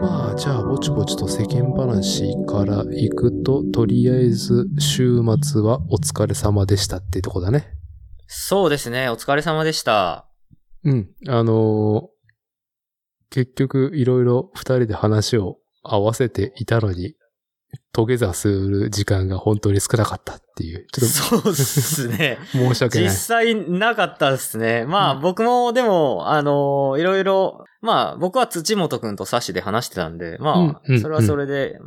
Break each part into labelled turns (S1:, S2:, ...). S1: まあ、じゃあ、ぼちぼちと世間話から行くと、とりあえず、週末はお疲れ様でしたってとこだね。
S2: そうですね。お疲れ様でした。
S1: うん。あのー結局、いろいろ二人で話を合わせていたのに、トゲザーする時間が本当に少なかったっていう。ちょっ
S2: そうで すね。
S1: と申し訳
S2: 実
S1: ない。
S2: 際なかったですね。まあ、僕もでも、あのいろいろ、まあ僕は土本くんとサシで話してたんで、ま
S1: うんうん
S2: あ、それはそれで、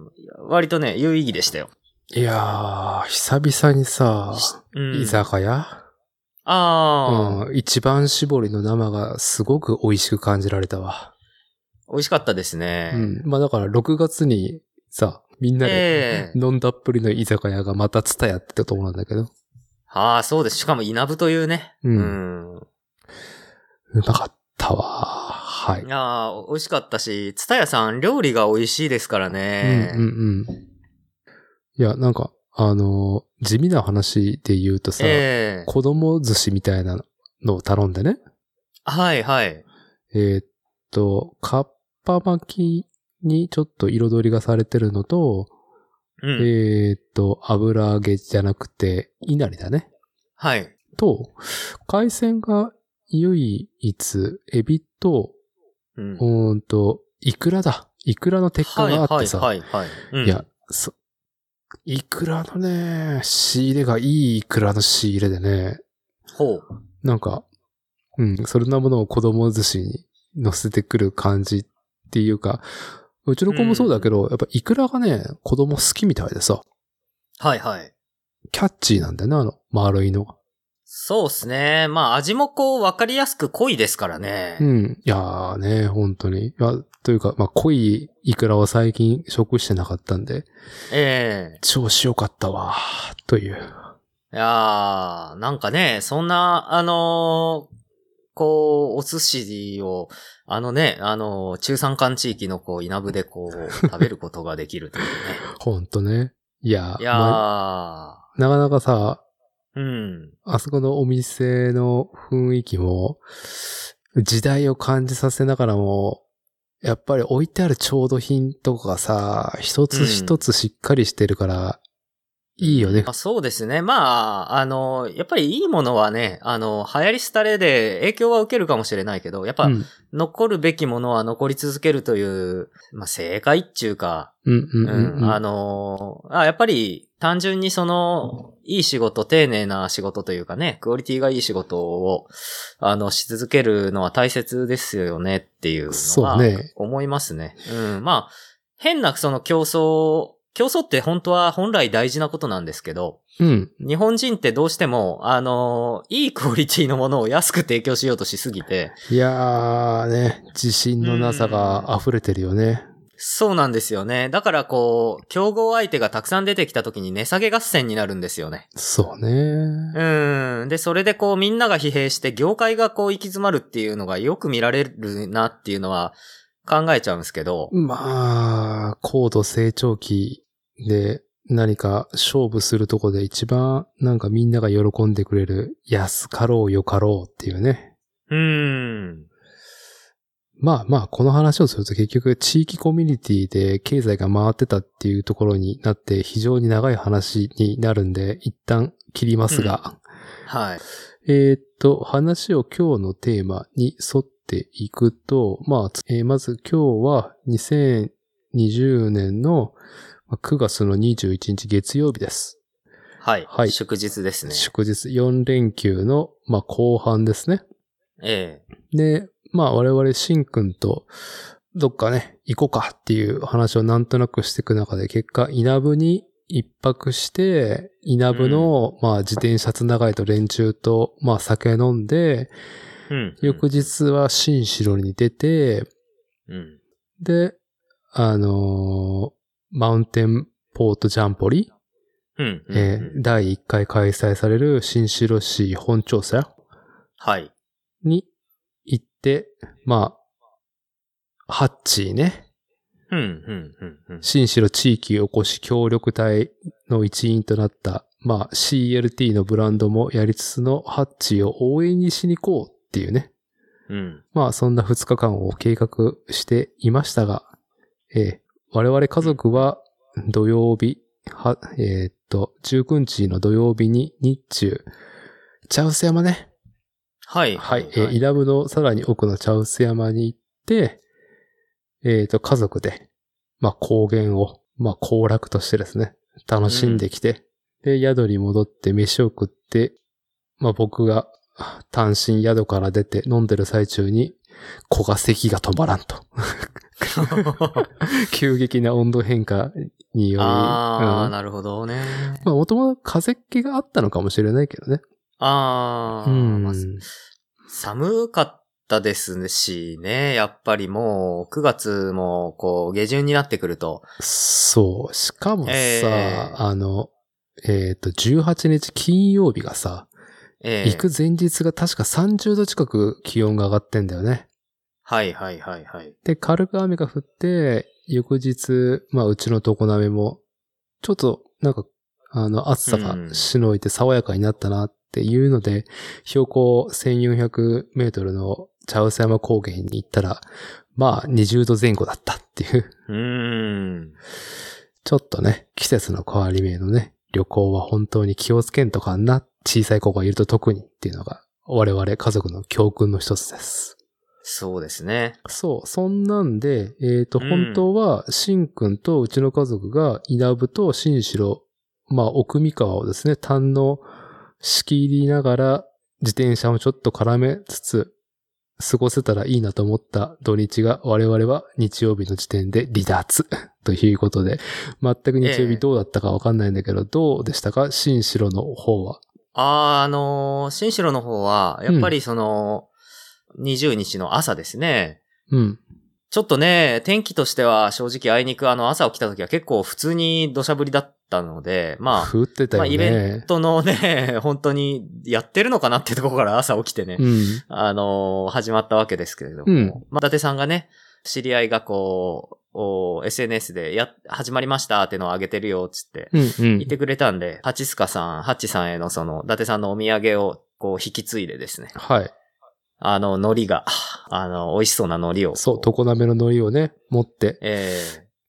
S2: 割とね、有意義でしたよ。
S1: いやー、久々にさ、
S2: うん
S1: 居酒屋、
S2: ああ、
S1: うん、一番搾りの生がすごく美味しく感じられたわ。
S2: 美味しかったですね。
S1: うん。まあだから6月にさ、みんなで
S2: ええ
S1: 飲んだっぷりの居酒屋がまたツタヤってとこなんだけど、
S2: ああ、そうです。しかも稲部というね。
S1: う
S2: うん。
S1: うまかったわ。はい。
S2: いやー美味しかったし、つたやさん料理が美味しいですからね。
S1: うんうんうん。いや、なんか、あのー地味な話で言うとさ、
S2: ええ
S1: 子供寿司みたいなのを頼んでね、
S2: はいはい。
S1: えーっと、かっぱ巻きにちょっと彩りがされてるのと、
S2: うん。
S1: えーっと、油揚げじゃなくて、稲荷だね。
S2: はい。
S1: と、海鮮が唯一、エビと、
S2: うん
S1: うーんと、イクラだ。イクラの鉄火があってさ、
S2: はいはいはい、はいうん。
S1: いや、そ、イクラのね、仕入れがいいイクラの仕入れでね、
S2: ほう。
S1: なんか、うん、それなものを子供寿司に乗せてくる感じっていうか、うちの子もそうだけど、やっぱイクラがね、子供好きみたいでさ、
S2: はいはい。
S1: キャッチーなんだよね、あの、丸いのが。
S2: そうっすね。まあ味もこう分かりやすく濃いですからね。
S1: うん。いやーね、本当に。いや、というか、まあ、濃いイクラは最近食してなかったんで、
S2: ええ
S1: 超塩かったわー、という。
S2: いやーなんかね、そんな、あのーこう、お寿司を、あのね、あのー中山間地域のこう、稲部でこう、食べることができるとい うね。
S1: ほんとね。いやー
S2: いやー、
S1: まあなかなかさ、
S2: うん。
S1: あそこのお店の雰囲気も、時代を感じさせながらも、やっぱり置いてある調度品とかがさ、一つ一つしっかりしてるから、いいよね
S2: まあ、。そうですね。まあ、あの、やっぱりいいものはね、あの、流行り廃れで影響は受けるかもしれないけど、やっぱ、
S1: うん、
S2: 残るべきものは残り続けるという、まあ、正解っていうか、
S1: うん、う、
S2: うん
S1: うんうん。
S2: あのあ、やっぱり単純にその、いい仕事、丁寧な仕事というかね、クオリティがいい仕事を、あの、し続けるのは大切ですよねっていうの
S1: そう
S2: は
S1: ね、
S2: 思いますね。うん、まあ、変なその競争、競争って本当は本来大事なことなんですけど、
S1: うん、
S2: 日本人ってどうしても、あのいいクオリティのものを安く提供しようとしすぎて、
S1: いやーね、自信のなさが溢れてるよね。
S2: そうなんですよね。だからこう、競合相手がたくさん出てきた時に値下げ合戦になるんですよね。
S1: そうね。
S2: うん。で、それでこうみんなが疲弊して業界がこう行き詰まるっていうのがよく見られるなっていうのは考えちゃうんですけど。
S1: まあ、高度成長期で何か勝負するとこで一番なんかみんなが喜んでくれる安かろうよかろうっていうね。
S2: うん。
S1: まあまあ、この話をすると結局地域コミュニティで経済が回ってたっていうところになって非常に長い話になるんで一旦切りますが、
S2: はい。
S1: えーっと、話を今日のテーマに沿っていくと、まあ、つえーまず今日は2020年のまあ9月の21日月曜日です。
S2: はい。
S1: はい
S2: 祝日ですね。
S1: 祝日4連休の、まあ、後半ですね。
S2: ええ
S1: で、まあ我々シンくんとどっかね、行こうかっていう話をなんとなくしていく中で、結果、稲部に一泊して、稲部の、まあ自転車つながりと連中と、まあ酒飲んで、
S2: うん。
S1: 翌日は新城に出て、
S2: うん。
S1: で、あのーマウンテンポートジャンポリ、
S2: うん。うん。
S1: え
S2: う
S1: ー
S2: ん
S1: 第1回開催される新城市本調査
S2: はい。
S1: に行っで、まあ、ハッチーね。
S2: うん、うん、うん、うん。
S1: 新城地域おこし協力隊の一員となった、まあ CLT のブランドもやりつつのハッチを応援にしに行こうっていうね。
S2: うん。
S1: まあそんな2日間を計画していましたが、えー我々家族は土曜日、は、えーっと、19日の土曜日に日中、茶臼山ね。
S2: はい。
S1: はい。えー、稲部のさらに奥の茶臼山に行って、えっ、と、家族で、まあ、高原を、まあ、行楽としてですね、楽しんできて、で、宿に戻って飯を食って、まあ、僕が単身宿から出て飲んでる最中に、子が咳が止まらんと。急激な温度変化により、 う
S2: ああ、
S1: ん
S2: なるほどね。
S1: まあ、もともと風邪気があったのかもしれないけどね。
S2: ああ、
S1: うん。
S2: まあ寒かったですしね、やっぱりもう9月もこう下旬になってくると。
S1: そう。しかもさ、
S2: ええ
S1: あの、えっ、と、18日金曜日がさ、
S2: ええ
S1: 行く前日が確か30度近く気温が上がってんだよね。
S2: はいはいはいはい。
S1: で、軽く雨が降って、翌日、まあ、うちの常滑も、ちょっと、なんか、あの、暑さ
S2: うん
S1: がしのいて爽やかになったなっていうので、標高1400メートルの茶臼山高原に行ったら、まあ、20度前後だったっていう。
S2: うーん。
S1: ちょっとね、季節の変わり目のね、旅行は本当に気をつけんとかんな、小さい子がいると特にっていうのが、我々家族の教訓の一つです。
S2: そうですね。
S1: そう、そんなんで、えっ、と、
S2: うん
S1: 本当は、しんくんとうちの家族が、稲部と新城、まあ、奥三河をですね、堪能しきりながら、自転車をちょっと絡めつつ、過ごせたらいいなと思った土日が、我々は日曜日の時点で離脱 ということで、全く日曜
S2: ええ
S1: 日どうだったかわかんないんだけど、どうでしたか新城の方は。
S2: ああ、あのー、新城の方は、やっぱりその、20日の朝ですね。
S1: うん。
S2: ちょっとね、天気としては正直あいにくあの朝起きた時は結構普通に土砂降りだったので、まあ、
S1: 降ってたよ
S2: まあ、
S1: ね。
S2: イベントのね、 本当にやってるのかなってところから朝起きてね、
S1: うん。
S2: あのー始まったわけですけれども、
S1: うん
S2: まあ、伊達さんがね、知り合いがこう、お SNS でや、始まりましたってのを上げてるよ、つって、
S1: うん、うん
S2: 言ってくれたんで、ハチスカさん、ハッチさんへのその、伊達さんのお土産を、こう、引き継いでですね、
S1: はい。
S2: あの、海苔が、あの、美味しそうな海苔を。
S1: そう、常滑の海苔をね、持って、
S2: え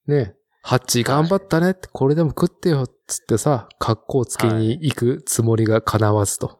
S2: え
S1: ね、ハッチ頑張ったねって、これでも食ってよっつってさ、格好つけに行くつもりが叶わずと。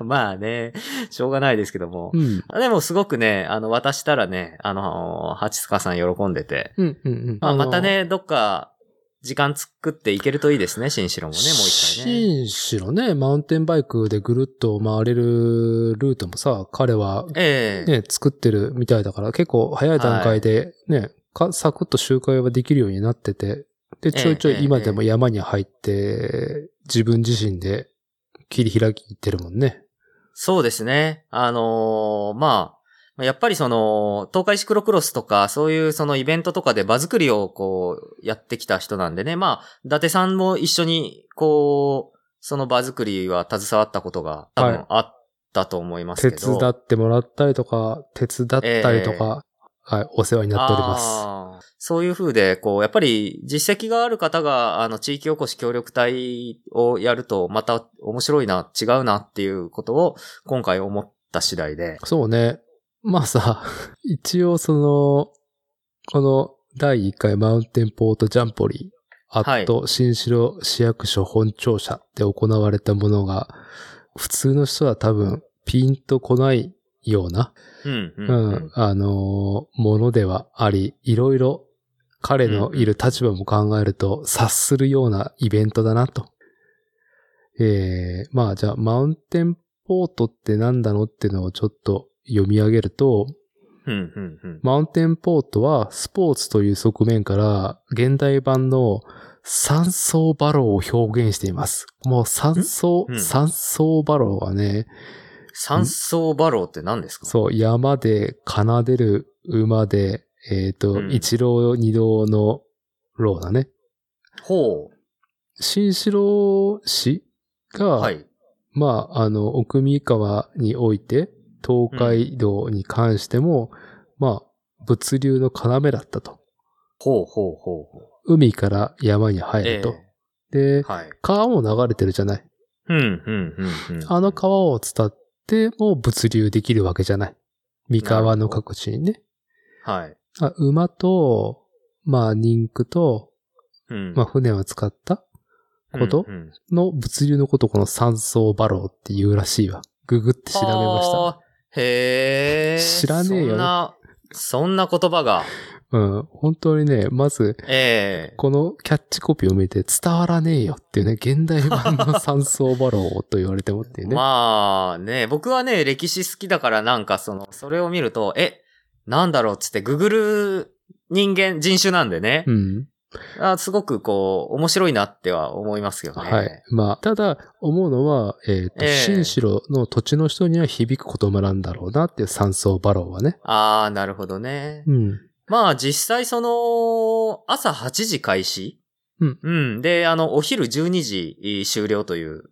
S2: まあね、しょうがないですけども。
S1: うん。
S2: でもすごくね、あの、渡したらね、あの、ハチスカさん喜んでて。
S1: うんうんうん。
S2: まあ、
S1: の
S2: また、ね、どっか、時間作っていけるといいですね、新城もね、もう一回ね。
S1: 新城ね、マウンテンバイクでぐるっと回れるルートもさ、彼は
S2: ええ
S1: ね、作ってるみたいだから、結構早い段階でね、かサクッと周回はできるようになってて、で、ちょいちょ
S2: ええ
S1: い今でも山に入って、自分自身で切り開いてるもんね。
S2: そうですね。あのーまあ、やっぱりその、東海シクロクロスとか、そういうそのイベントとかで場作りをこう、やってきた人なんでね。まあ、伊達さんも一緒に、こう、その場作りは携わったことが多
S1: は
S2: 分
S1: い
S2: あったと思います
S1: 手
S2: けど。
S1: 伝ってもらったりとか、手伝ったりとか、はい、お世話になっております。
S2: あーそういう風で、こう、やっぱり実績がある方が、あの、地域おこし協力隊をやると、また面白いな、違うなっていうことを、今回思った次第で。
S1: そうね。まあさ、 一応その、この第1回マウンテンポートジャンポリー、
S2: は
S1: あ
S2: い
S1: と新城市役所本庁舎で行われたものが、普通の人は多分ピンとこないような、
S2: うん、うん。
S1: うん、あのーものではあり、いろいろ彼のいる立場も考えると察するようなイベントだなと。えー、まあじゃあ、マウンテンポートって何だのっていうのをちょっと読み上げると、
S2: うん、うん、うん。
S1: マウンテンポートはスポーツという側面から現代版の三層バローを表現しています。もう三層
S2: んう、ん
S1: 三層バローはね、
S2: 三層バローって何ですか
S1: そう、山で奏でる馬で、えっ、と、
S2: うん
S1: 一郎二郎のローだね。
S2: ほ
S1: 新城市が、
S2: う。はい。
S1: まあ、あの、奥三河において、東海道に関しても、まあ、物流の要だったと。
S2: ほうほうほうほう。
S1: 海から山に入ると。で、
S2: はい。
S1: 川も流れてるじゃない。
S2: うん、うん、うん、うん。
S1: あの川を伝っても物流できるわけじゃない。三河の各地にね。
S2: はい。
S1: あ馬と、まあ、人工と、
S2: うん。
S1: まあ、船を使ったこと
S2: うんうん
S1: の物流のことをこの三層バローって言うらしいわ。ググって調べました。
S2: あーへえ。
S1: 知らねえよ
S2: そんな、そんな言葉が。
S1: うん。本当にね、まず、
S2: ええ
S1: このキャッチコピーを見て伝わらねえよっていうね、現代版の三層バローと言われてもっていうね。
S2: まあね、僕はね、歴史好きだからなんかその、それを見ると、え、なんだろうっつって、ググる人間、人種なんでね、
S1: うん。
S2: あすごくこう、面白いなっては思いますけどね。
S1: はい。まあ、ただ、思うのは、えっ、と、
S2: ええ
S1: 新城の土地の人には響く言葉なんだろうなっていう三層バローはね。
S2: ああ、なるほどね。
S1: うん。
S2: まあ実際その、朝8時開始
S1: うん。
S2: うん。で、あの、お昼12時えー終了という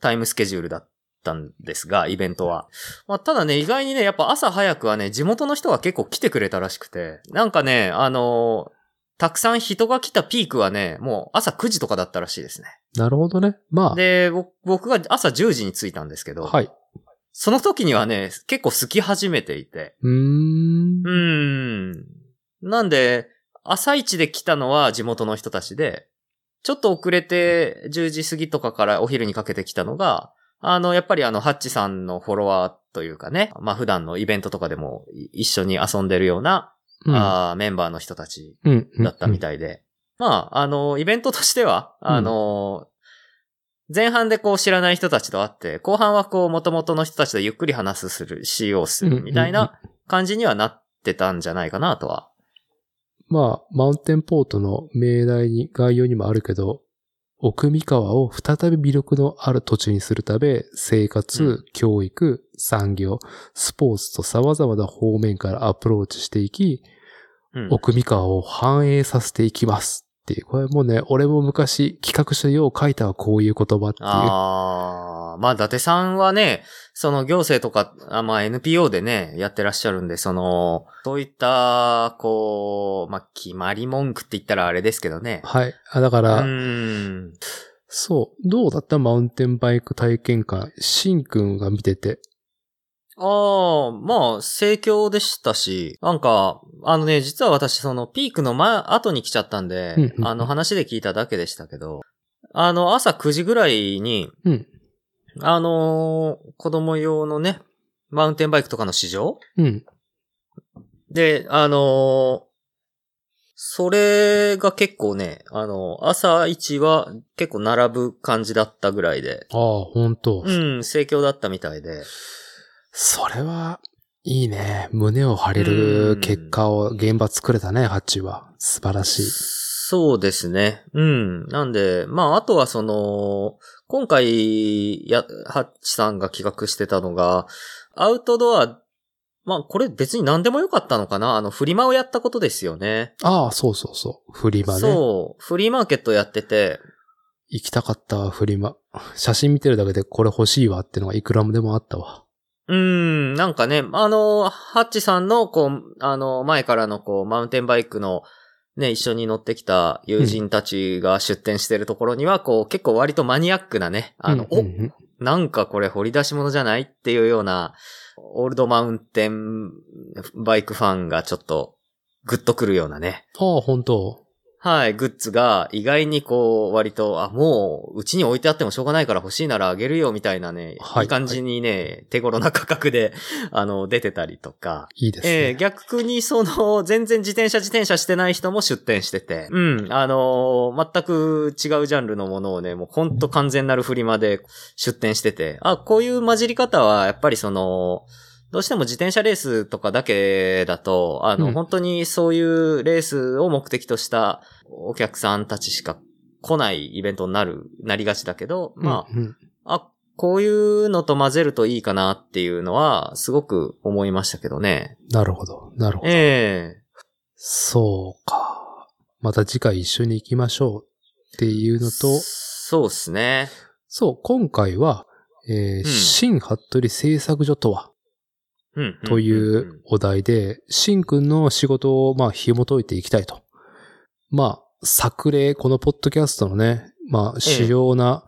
S2: タイムスケジュールだったんですが、イベントは。まあただね、意外にね、やっぱ朝早くはね、地元の人が結構来てくれたらしくて、なんかね、あのーたくさん人が来たピークはね、もう朝9時とかだったらしいですね。
S1: なるほどね。ま
S2: で、ぼ僕が朝10時に着いたんですけ
S1: あ、
S2: ど、
S1: はい。
S2: その時にはね、結構好き始めていて、
S1: うーん
S2: う。ーん。なんで、朝一で来たのは地元の人たちで、ちょっと遅れて10時過ぎとかからお昼にかけて来たのが、あの、やっぱりあの、ハッチさんのフォロワーというかね、まあ普段のイベントとかでもい一緒に遊んでるような、
S1: うん
S2: あーメンバーの人たち
S1: うん。
S2: だったみ
S1: たい。
S2: たいで。まあ、あの、イベントとしては、あの、前半でこう知らない人たちと会って、後半はこう元々の人たちとゆっくり話すする、しようするみたいな感じにはなってたんじゃないかなとは。
S1: まあ、マウンテンポートの命題に、概要にもあるけど、奥三河を再び魅力のある土地にするため、生活、
S2: うん
S1: 教育、産業、スポーツと様々な方面からアプローチしていき、
S2: うん。
S1: 奥三河を反映させていきますっていう。これもね、俺も昔企画書よう書いたわ、こういう言葉っていう。
S2: ああ、まあ、伊達さんはね、その行政とか、あまあ NPO でね、やってらっしゃるんで、その、そういった、こう、まあ、決まり文句って言ったらあれですけどね。
S1: はい。あだか
S2: う
S1: ら、
S2: ーん。
S1: そう。どうだったマウンテンバイク体験会。しんくんが見てて。
S2: ああ、まあ、盛況でしたし、なんか、あのね、実は私、その、ピークの前、後に来ちゃったんで
S1: うんうんう、ん
S2: あの、話で聞いただけでしたけど、あの、朝9時ぐらいに、
S1: うん
S2: あのー子供用のね、マウンテンバイクとかの市場
S1: うん。
S2: で、あのーそれが結構ね、あの朝一は結構並ぶ感じだったぐらいで、
S1: ああ、本当、
S2: うん、盛況だったみたいで、
S1: それは、いいね。胸を張れる結果を、現場作れたね、ハチは。素晴らしい。
S2: そうですね。うん。なんで、まあ、あとはその、今回、や、ハッチさんが企画してたのが、アウトドア、まあ、これ別に何でもよかったのかなあの、フリマをやったことですよね。
S1: ああ、そうそうそう。フリマね。
S2: そう。フリーマーケットやってて、
S1: 行きたかったわ、フリマ。写真見てるだけでこれ欲しいわってのがいくらでもあったわ。
S2: うーん、なんかね、あの、ハッチさんの、こう、あの、前からの、こう、マウンテンバイクの、ね、一緒に乗ってきた友人たちが出店してるところには、こう、結構割とマニアックなね、あの、
S1: うんうん
S2: お、
S1: うん
S2: なんかこれ掘り出し物じゃないっていうような、オールドマウンテンバイクファンがちょっとグッとくるようなね。
S1: ああ、本当
S2: はい、グッズが意外にこう割と、あ、もううちに置いてあってもしょうがないから欲しいならあげるよみたいなね、
S1: はい
S2: いい感じにね、手頃な価格で、あの、出てたりとか。
S1: いいですね。
S2: ええ逆にその、全然自転車自転車してない人も出店してて、うん、あのー全く違うジャンルのものをね、もうほんと完全なるフリマで出店してて、あ、こういう混じり方はやっぱりその、どうしても自転車レースとかだけだと、あの、
S1: うん
S2: 本当にそういうレースを目的としたお客さんたちしか来ないイベントになる、なりがちだけど、まあ、
S1: うんうん
S2: あ、こういうのと混ぜるといいかなっていうのは、すごく思いましたけどね。
S1: なるほど、なるほど。
S2: え
S1: そうか。また次回一緒に行きましょうっていう
S2: え
S1: のと、
S2: そうですね。
S1: そう、今回は、えー
S2: ん
S1: 新服部製作所とは
S2: うん
S1: というお題で、シンくんの仕事をまあ紐解いていきたいと。まあ、作例、このポッドキャストのね、まあ主要な、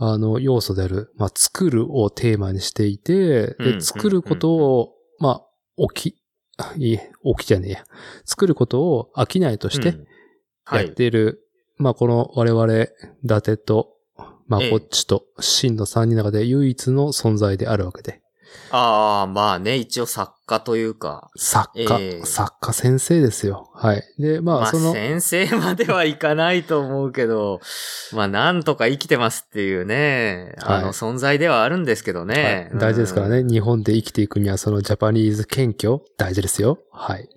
S1: あの要素である、まあ作るをテーマにしていて、
S2: うんうんうん
S1: で、作ることを、まあ、起き、あいえ、起きじゃねえや。作ることを飽きないとして
S2: うんは
S1: やっ
S2: い。
S1: ている、まあこの我々、伊達と、まあ
S2: ええ
S1: こっちと、真の3人の中で唯一の存在であるわけで。
S2: ああ、まあね、一応作家というか。
S1: 作家、
S2: ええ
S1: 作家先生ですよ。はい。で、まあ、
S2: まあ、
S1: その、
S2: 先生まではいかないと思うけど、 まあ、なんとか生きてますっていうね、あ
S1: はい
S2: の、存在ではあるんですけどね。
S1: はい大事ですからね、日本で生きていくには、そのジャパニーズ謙虚、大事ですよ。はい。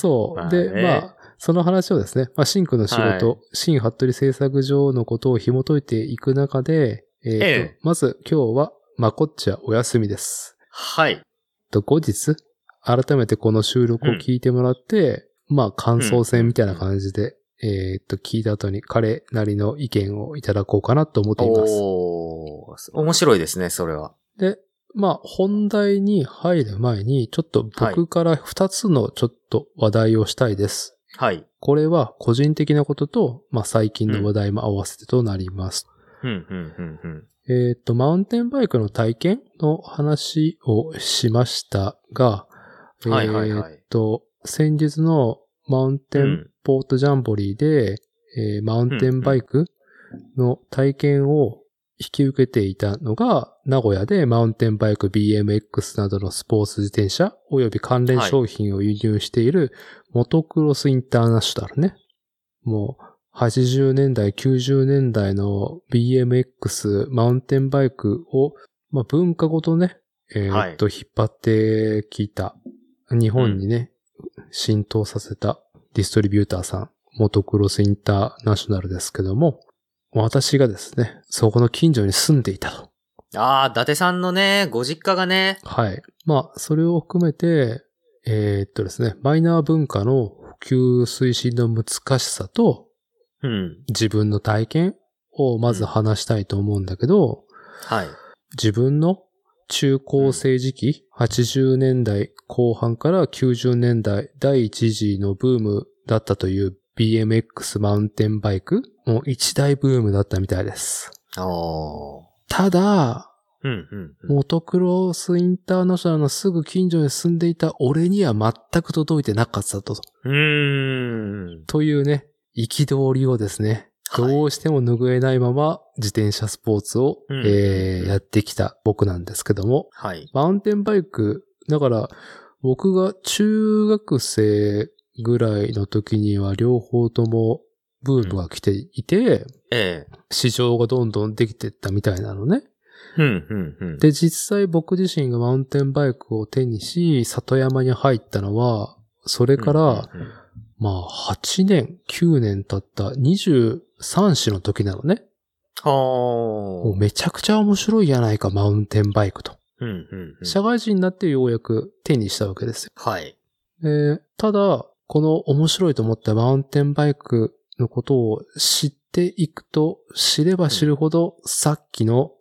S1: そう。
S2: まあ
S1: で、
S2: ね
S1: まあ、その話をですね、まあ、シンクの仕事、
S2: はい
S1: 新服部製作所のことを紐解いていく中で、えーと
S2: え
S1: まず今日は、まあこっちはお休みです。
S2: はい。
S1: と後日、改めてこの収録を聞いてもらって、まあ感想戦みたいな感じで、えーっと、聞いた後に彼なりの意見をいただこうかなと思っています。
S2: おー面白いですね、それは。
S1: で、まあ本題に入る前に、ちょっと僕から2つのちょっと話題をしたいです。
S2: はい。
S1: これは個人的なことと、まあ最近の話題も合わせてとなります。
S2: うん、うん、うん、うん。
S1: えっ、と、マウンテンバイクの体験の話をしましたが、
S2: はいはいはい
S1: えっ、と、先日のマウンテ
S2: う
S1: ン
S2: ん
S1: ポートジャンボリーで、えーマウンテンバイクの体験を引き受けていたのが、名古屋でマウンテンバイク BMX などのスポーツ自転車及び関連商品を輸入しているモトクロスインターナショナルね。もう、80年代、90年代の BMX、マウンテンバイクを、まあ、文化ごとね、えーっと、引っ張ってきた、日本にね、浸透させたディストリビューターさん、モトクロスインターナショナルですけども、私がですね、そこの近所に住んでいたと。
S2: ああ、伊達さんのね、ご実家がね、
S1: はい。まあ、それを含めて、えーっとですね、マイナー文化の普及推進の難しさと、
S2: うん。
S1: 自分の体験をまず話したいと思うんだけど、
S2: はい。
S1: 自分の中高生時期、80年代後半から90年代第一次のブームだったという BMX マウンテンバイクもう一大ブームだったみたいです。
S2: おー。
S1: ただ、
S2: うん、うんうん。
S1: モトクロスインターナショナルのすぐ近所に住んでいた俺には全く届いてなかったと。
S2: うーん。
S1: というね、憤りをですね、
S2: はい
S1: どうしても拭えないまま自転車スポーツを、
S2: うん
S1: えーやってきた僕なんですけども、
S2: はい。
S1: マウンテンバイク、だから僕が中学生ぐらいの時には両方ともブームが来ていて、
S2: ええ
S1: 市場がどんどんできてったみたいなのね。
S2: うん、うん、うん。
S1: で、実際僕自身がマウンテンバイクを手にし、里山に入ったのは、それから、
S2: うん、うんうん
S1: まあ、8年、9年経った23歳の時なのね。も
S2: お
S1: う
S2: ー。
S1: めちゃくちゃ面白いやないか、マウンテンバイクと。
S2: うん、うん、うん。
S1: 社会人になってようやく手にしたわけですよ。
S2: はい。
S1: でただ、この面白いと思ったマウンテンバイクのことを知っていくと、知れば知るほど、さっきの、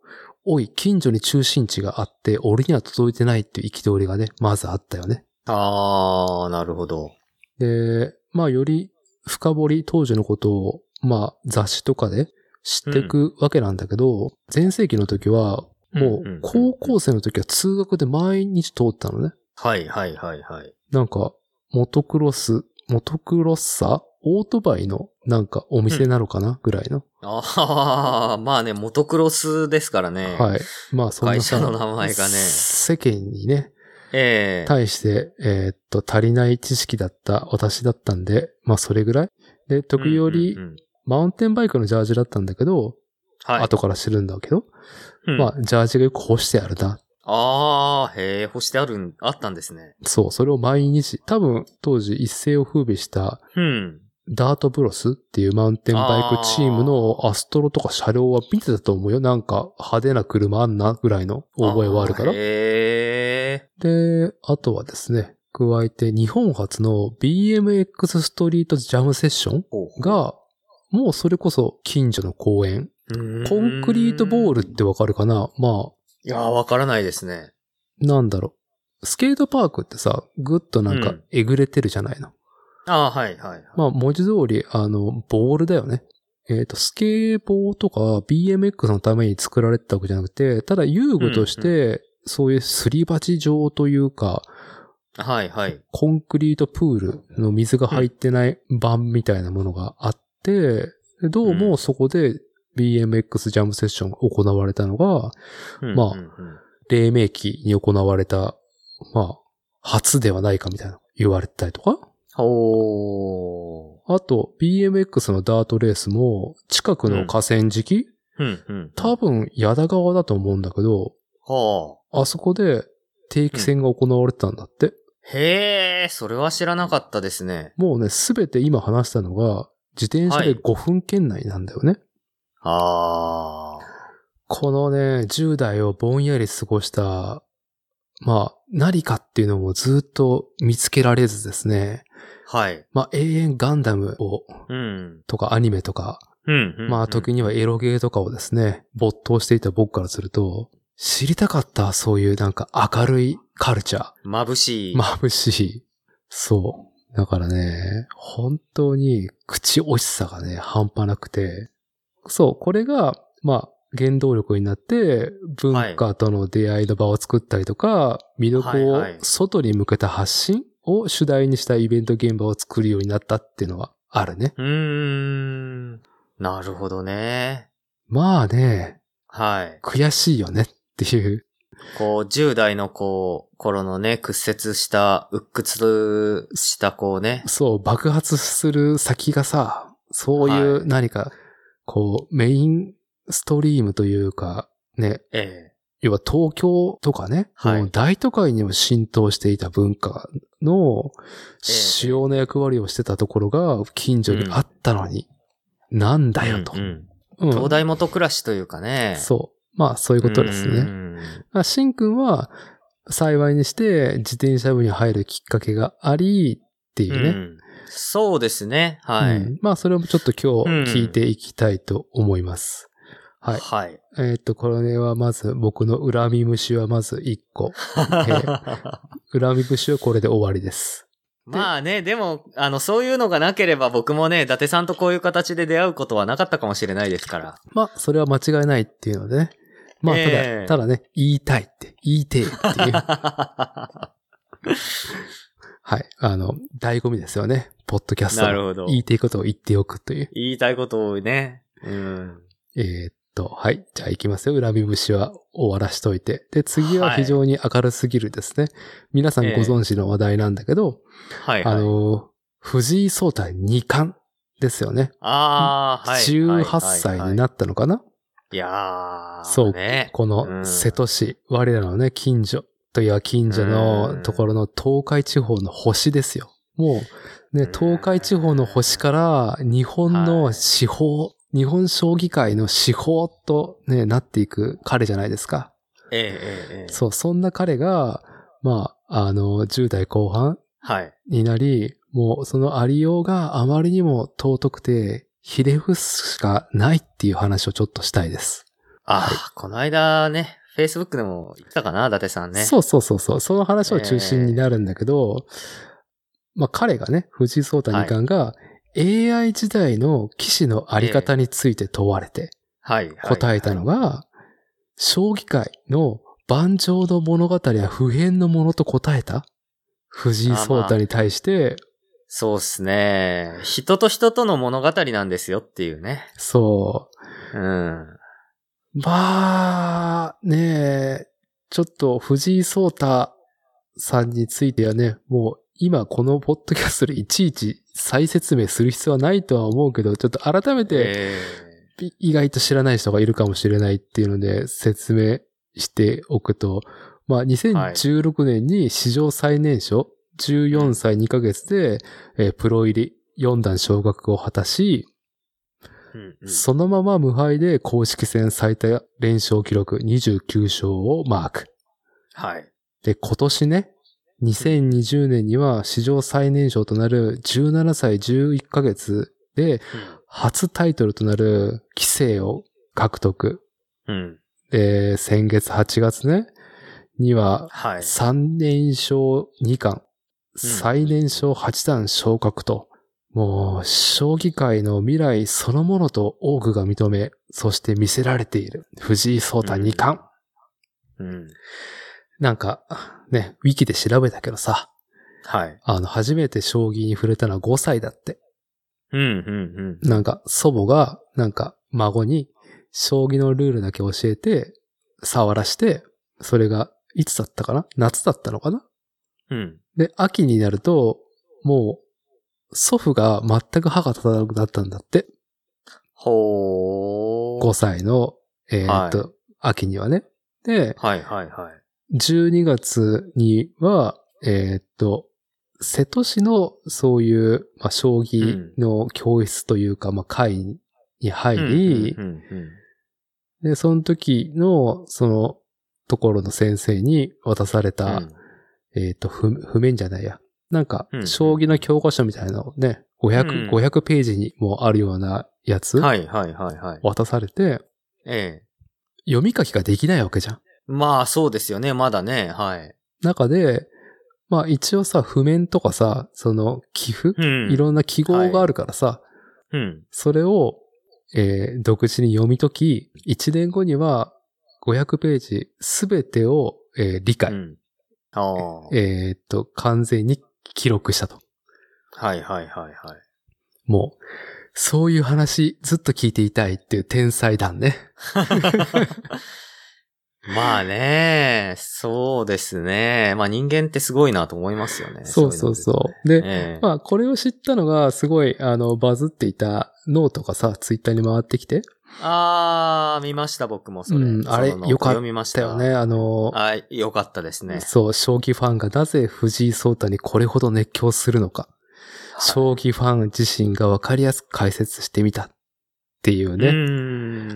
S1: おい、近所に中心地があって、俺には届いてないっていう憤りがね、まずあったよね。
S2: あー、なるほど。
S1: で、まあより深掘り当時のことを、まあ雑誌とかで知っていくわけなんだけど、前世紀の時は、も
S2: んんん
S1: うん高校生の時は通学で毎日通ったのね。
S2: はいはいはいはい。
S1: なんか、モトクロス、モトクロッサーオートバイのなんかお店なのかなぐらいの。
S2: ああ、まあね、モトクロスですからね。い。
S1: はい。まあそんなさ
S2: 会社の名前がね
S1: 世間にね、
S2: ええ
S1: 対して、えーっと、足りない知識だった私だったんで、まあそれぐらい。で、時折、
S2: うんうんうん
S1: マウンテンバイクのジャージだったんだけど、
S2: はい。
S1: 後から知るんだけど、
S2: うん、
S1: まあ、ジャージがよく干してあるな。
S2: ああ、へえ、干してあるん、あったんですね。
S1: そう、それを毎日、多分当時一世を風靡した
S2: うん。
S1: ダートブロスっていうマウンテンバイクチームのアストロとか車両は見てたと思うよ。なんか派手な車あんなぐらいの覚えはあるから
S2: ー。へえ。
S1: で、あとはですね、加えて日本初の BMX ストリートジャムセッション
S2: ほうほう、
S1: が、もうそれこそ近所の公園。コンクリートボー
S2: ル。
S1: ルってわかるかなまあ、
S2: いやー、わからないですね。
S1: なんだろう。スケートパークってさ、ぐっとなん
S2: う
S1: か
S2: ん
S1: えぐれてるじゃないの。
S2: ああ、はい、はい。
S1: まあ、文字通り、あの、ボールだよね。えっ、と、スケボーとか BMX のために作られてたわけじゃなくて、ただ遊具とし
S2: う
S1: て、そういうすり鉢状というか、
S2: はい、はい。
S1: コンクリートプールの水が入ってない盤みたいなものがあって、でどうもそこで BMX ジャムセッションが行われたのが、
S2: うん
S1: まあ
S2: うんうん
S1: 黎明期に行われた、まあ、初ではないかみたいな言われてたりとか。
S2: ほ
S1: あと、BMX のダートレースも、近くの河川敷、
S2: ー。うん、うん。
S1: 多分、矢田川だと思うんだけど、
S2: は
S1: あそこで定期戦が行われてたんだって。
S2: あ。へえ、それは知らなかったですね。
S1: もうね、すべて今話したのが、自転車
S2: は
S1: で
S2: い
S1: 5分圏内なんだよね。
S2: ああ。
S1: このね、10代をぼんやり過ごした、まあ、何かっていうのもずっと見つけられずですね。
S2: はい。
S1: まあ、永遠ガンダムを、
S2: うん。
S1: とかアニメとか、
S2: うん、うん。
S1: ま
S2: う
S1: あ
S2: ん
S1: 時にはエロゲーとかをですね、没頭していた僕からすると、知りたかった、そういうなんか明るいカルチャー。
S2: 眩しい。
S1: 眩しい。そう。だからね、本当に口惜しさがね、半端なくて。そう、これが、まあ、原動力になって、文化との出会いの場を作ったりとか、魅力
S2: は
S1: を
S2: いはい
S1: 外に向けた発信を主題にしたイベント現場を作るようになったっていうのはあるね。
S2: うーん。なるほどね。
S1: まあね、
S2: はい。
S1: 悔しいよねって いう。
S2: こう、10代のこう、頃のね、屈折した、鬱屈したこうね。
S1: そう、爆発する先がさ、そうい
S2: は
S1: う何か、こう、メインストリームというか、ね、
S2: ええ。
S1: 要は東京とかね、
S2: はい
S1: もう大都会にも浸透していた文化の
S2: ええ
S1: 主要な役割をしてたところが近所にあったのに、なんだよと。
S2: うんうん
S1: うん
S2: 東大元暮らしというかね。
S1: そう。まあ、そういう
S2: う
S1: ことです
S2: ー
S1: ね。
S2: ん。
S1: まあ、しんくんは幸いにして自転車部に入るきっかけがありっていうね。
S2: うんそうですね。は
S1: う
S2: い。
S1: んまあ、それもちょっと今日聞いていきたいと思います。はい。
S2: はい。
S1: えっ、と、これはまず、僕の恨み虫はまず1個。 恨み節はこれで終わりです。
S2: まあね、でも、あの、そういうのがなければ僕もね、伊達さんとこういう形で出会うことはなかったかもしれないです から。
S1: まあ、それは間違いないっていうのでね。まあ、ただ、
S2: ええ
S1: ただね、言いたいって、言いてえっていう。 はい。あの、醍醐味ですよね。ポッドキャストの。
S2: なるほど
S1: 言いていことを言っておくという。
S2: 言いたいことをね。うん。
S1: えーっと、はい。じゃあ行きますよ。恨み節は終わらしといて。で、次は非常に明るすぎるですね。皆さんご存知の話題なんだけど、
S2: はい、はい。
S1: あの、藤井聡太二冠ですよね。
S2: ああ、はい。
S1: 18歳にな
S2: っ
S1: ったのかな、
S2: いやー、
S1: そう
S2: ね。
S1: こ
S2: う
S1: の
S2: ん
S1: 瀬戸市、我らのね、近所という近所
S2: う
S1: の
S2: ん
S1: ところの東海地方の星ですよ。もう、ね、東海地方の星から日本の司法、日本将棋界の司法とね、なっていく彼じゃないですか。
S2: ええええええ。
S1: そう、そんな彼が、まあ、あの、10代後半
S2: はい。
S1: になり、もうそのありようがあまりにも尊くて、ひれ伏すしかないっていう話をちょっとしたいです。
S2: ああ、この間ね、Facebook でも言ったかな、伊達さんね。
S1: そうそうそうそう。その話を中心になるんだけど、まあ彼がね、藤井聡太二冠が、AI 時代の騎士のあり方について問われて
S2: はい。はい
S1: 答えたのが、
S2: はい
S1: 将棋界の盤上の物語は普遍のものと答えた藤井聡太に対して、
S2: そうっすね。人と人との物語なんですよっていうね。
S1: そ
S2: うん。
S1: う、まあ、ねえ、ちょっと藤井聡太さんについてはね、もう今このポッドキャストでいちいち再説明する必要はないとは思うけど、ちょっと改めて
S2: え
S1: い意外と知らない人がいるかもしれないっていうので説明しておくと、まあ2016年に史上最年少14歳2ヶ月で、えープロ入り4段昇格を果たし、
S2: えうんうん
S1: そのまま無敗で公式戦最多連勝記録29勝をマーク。
S2: はい。
S1: で、今年ね、2020年には史上最年少となる17歳11ヶ月で初タイトルとなる棋聖を獲得。
S2: うん。
S1: えー先月8月ね、には、
S2: はい。
S1: 3年賞2巻、最年少8段昇格と、もう、将棋界の未来そのものと多くが認め、そして見せられている藤井聡太2冠。
S2: うん。
S1: なんか、ね、ウィキで調べたけどさ、
S2: はい。
S1: あの、初めて将棋に触れたのは5歳だって。
S2: うん、うん、
S1: なんか、祖母が、なんか、孫に、将棋のルールだけ教えて、触らして、それが、いつだったかな夏だったのかな
S2: うん。うん。
S1: で、秋になると、もう、祖父が全く歯が立たなくなったんだって。
S2: ほー。
S1: 5歳の、えーっと、
S2: は
S1: 秋にはね。で、
S2: はい、はい、はい。
S1: 12月には、えーっと、瀬戸市のそういう、まあ、将棋の教室というか、まあ、会に入り
S2: うん、うんうん
S1: で、その時の、その、ところの先生に渡され
S2: う
S1: た、
S2: ん
S1: えっ、と、譜譜面じゃないや。なんか
S2: う、ん
S1: 将棋の教科書みたいなのをね、500、
S2: うん
S1: 500ページにもあるようなやつ、
S2: はい、はい、はい、はい。
S1: 渡されて、
S2: ええ。
S1: 読み書きができないわけじゃん。
S2: まあ、そうですよね。まだね。はい。
S1: 中で、まあ一応さ、譜面とかさ、その、寄付、
S2: うん。
S1: いろんな記号があるからさ、
S2: うん。
S1: それを、えー独自に読み解き、1年後には500ページすべてを、えー理解。
S2: うん。ああ。
S1: えーっと、完全に記録したと。
S2: はい、はい、はい、はい。
S1: もう、そういう話ずっと聞いていたいっていう天才談ね。
S2: まあね、そうですね。まあ人間ってすごいなと思いますよね。
S1: そうそう
S2: う
S1: そう。
S2: い
S1: で
S2: の、ね。ええ
S1: まあこれを知ったのがすごい、あの、バズっていたノートがさ、ツイッターに回ってきて。
S2: あー、見ました僕もそれ。
S1: うん、あれ、
S2: その
S1: よかっ
S2: 読みました
S1: よね。。あの、
S2: はい、よかったですね。
S1: そう、将棋ファンがなぜ藤井聡太にこれほど熱狂するのか。将棋ファン自身がわかりやすく解説してみたっていうね。
S2: う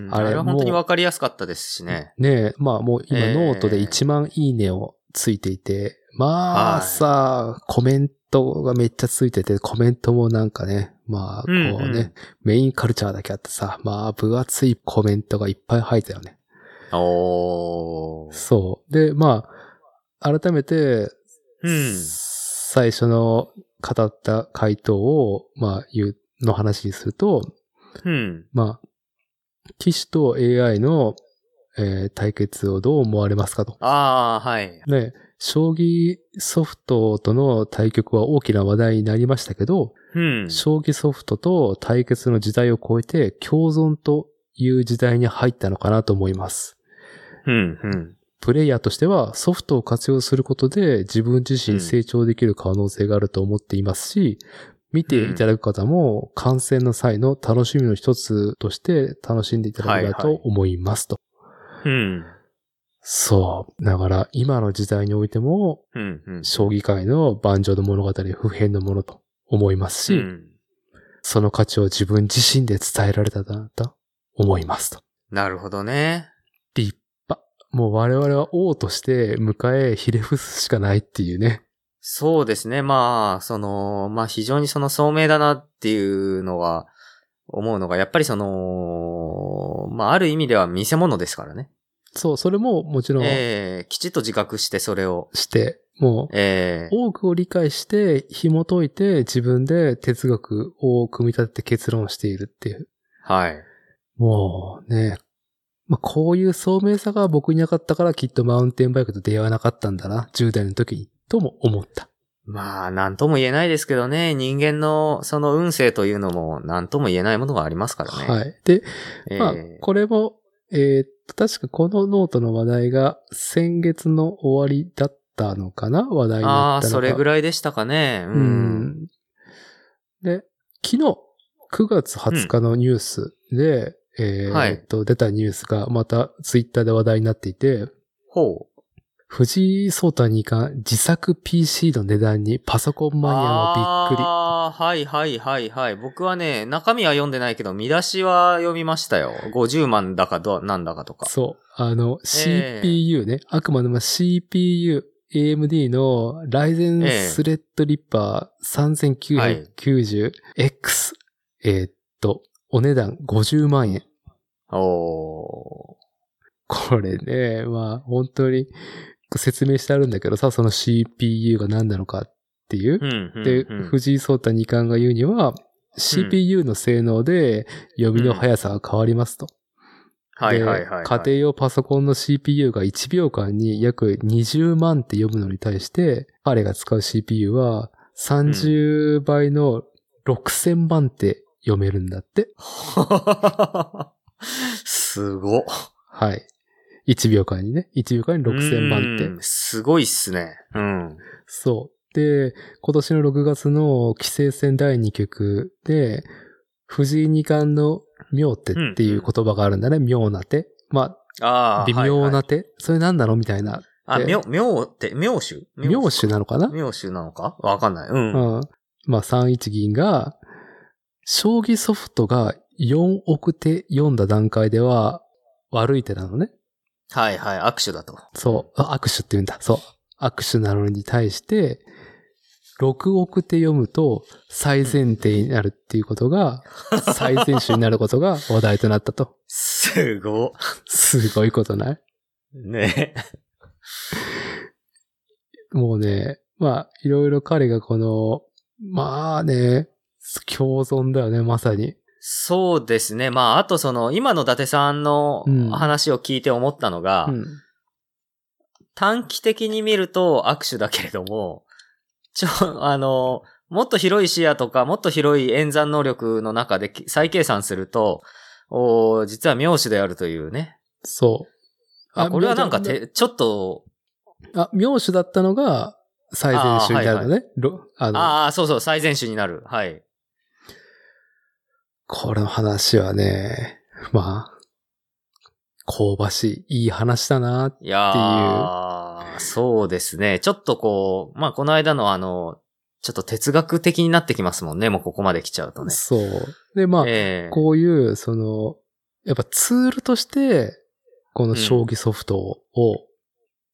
S2: ん。
S1: あ
S2: あ
S1: れ
S2: れは本当に
S1: もう
S2: わかりやすかったですしね。
S1: ねえ、まあもう今
S2: ええ
S1: ノートで1万いいねをついていて、まあさ、コメントがめっちゃついてて、コメントもなんかね、まあこうね、
S2: うんうん
S1: メインカルチャーだけあってさ、まあ分厚いコメントがいっぱい入ったよね。
S2: おー。
S1: そう。で、まあ、改めて、
S2: うん。
S1: 最初の語った回答を、まあ言う、の話にすると、
S2: うん。
S1: まあ、騎士と AI の、えー対決をどう思われますかと。
S2: あー、はい。
S1: ね、将棋ソフトとの対局は大きな話題になりましたけど、
S2: うん。
S1: 将棋ソフトと対決の時代を超えて共存という時代に入ったのかなと思います。
S2: うん、うん。
S1: プレイヤーとしてはソフトを活用することで自分自身成長できる可能性があると思っていますし、見ていただく方も観戦の際の楽しみの一つとして楽しんでいただければと思いますと。
S2: うん。
S1: そう。だから今の時代においても
S2: うん、うん。
S1: 将棋界の盤上の物語普遍のものと思いますし、
S2: うん
S1: その価値を自分自身で伝えられたなと思いますと。
S2: なるほどね。
S1: 立派。もう我々は王として迎えひれ伏すしかないっていうね。
S2: そうですね。まあ、その、まあ非常にその聡明だなっていうのは、思うのが、やっぱりその、まあある意味では見せ物ですからね。
S1: そう、それももちろん
S2: ええきちっと自覚してそれを、
S1: して、もう、
S2: ええ
S1: 多くを理解して、紐解いて、自分で哲学を組み立てて結論しているっていう。
S2: はい。
S1: もうね、まあ、こういう聡明さが僕になかったから、きっとマウンテンバイクと出会わなかったんだな、10代の時に、とも思った。
S2: まあ、なんとも言えないですけどね、人間のその運勢というのも、なんとも言えないものがありますからね。。
S1: はいい。で、
S2: ええ
S1: まあ、これも、えーっと、確かこのノートの話題が先月の終わりだったのかな話題に
S2: あ
S1: なっ
S2: あ、
S1: たのか。
S2: それぐ
S1: らい。
S2: らいでしたかね。う。
S1: うんん。で、昨日、9月20日のニュースで、えーっと、出たニュースがまたツイッターで話題になっていて、
S2: ほう。
S1: 藤井聡太二冠自作 PC の値段にパソコンマニアもびっくり。
S2: ああ、はいはいはいはい。僕はね、中身は読んでないけど、見出しは読みましたよ。50万だかど、なんだかとか。
S1: そう。あの、
S2: ええ
S1: CPU ね。あくまでも CPU、AMD の Ryzen
S2: ええ
S1: Threadripper 3990X。えーっと、お値段50万円。
S2: お
S1: これね、まあ本当に説明してあるんだけどさ、その CPU が何なのかっていう。
S2: うんうん。
S1: で、
S2: うん
S1: 藤井聡太二冠が言うには、CPU の性能で読みの速さが変わりますと。
S2: はい
S1: で
S2: はいはいはい。
S1: 家庭用パソコンの CPU が1秒間に約20万って読むのに対して、彼が使う CPU は30倍の6000万って読めるんだって。
S2: すご。
S1: はい。1秒間にね。1秒間に6000万って
S2: う。んすごいっすね。うん。
S1: そう。で、今年の6月の棋聖戦第2局で、藤井二冠の妙手っていう言葉があるんだね。妙な手。ま
S2: あ
S1: あ、
S2: あ。
S1: 微妙
S2: はいは。
S1: ない手、それ何なのみたいな。
S2: あ、妙、妙って、妙手
S1: 妙手なのかな
S2: 妙手なのかわかんない。うん。
S1: うん。まあ、3一銀が、将棋ソフトが4億手読んだ段階では悪い手なのね。
S2: はいはい。握手だと。
S1: そう。あ握手って言うんだ。そう。握手なのに対して、6億手読むと最前手になるっていうこと が、最前手になることが話題となったと。
S2: すご。
S1: すごいことない
S2: ね。
S1: もうね、まあ、いろいろ彼がこの、まあね、共存だよね、まさに。
S2: そうですね。まあ、あとその、今の伊達さんの
S1: うん
S2: 話を聞いて思ったのが、
S1: うん。
S2: 短期的に見ると握手だけれども、ちょ、あの、もっと広い視野とか、もっと広い演算能力の中でき再計算すると、おー実は妙手であるというね。
S1: そう。
S2: あ、これはなんか
S1: 手
S2: て、ちょっと、
S1: あ、妙手だったのが最前手になるのね。ろあの、
S2: ああ、そうそう、最善手になる。はい。
S1: この話はね、まあ、香ばしい、いい話だな。
S2: いやー、そうですね。ちょっとこう、まあ、この間のあの、ちょっと哲学的になってきますもんね。もうここまで来ちゃうとね。
S1: そう。で、まあ、
S2: ええ
S1: こういう、その、やっぱツールとして、この将棋ソフトを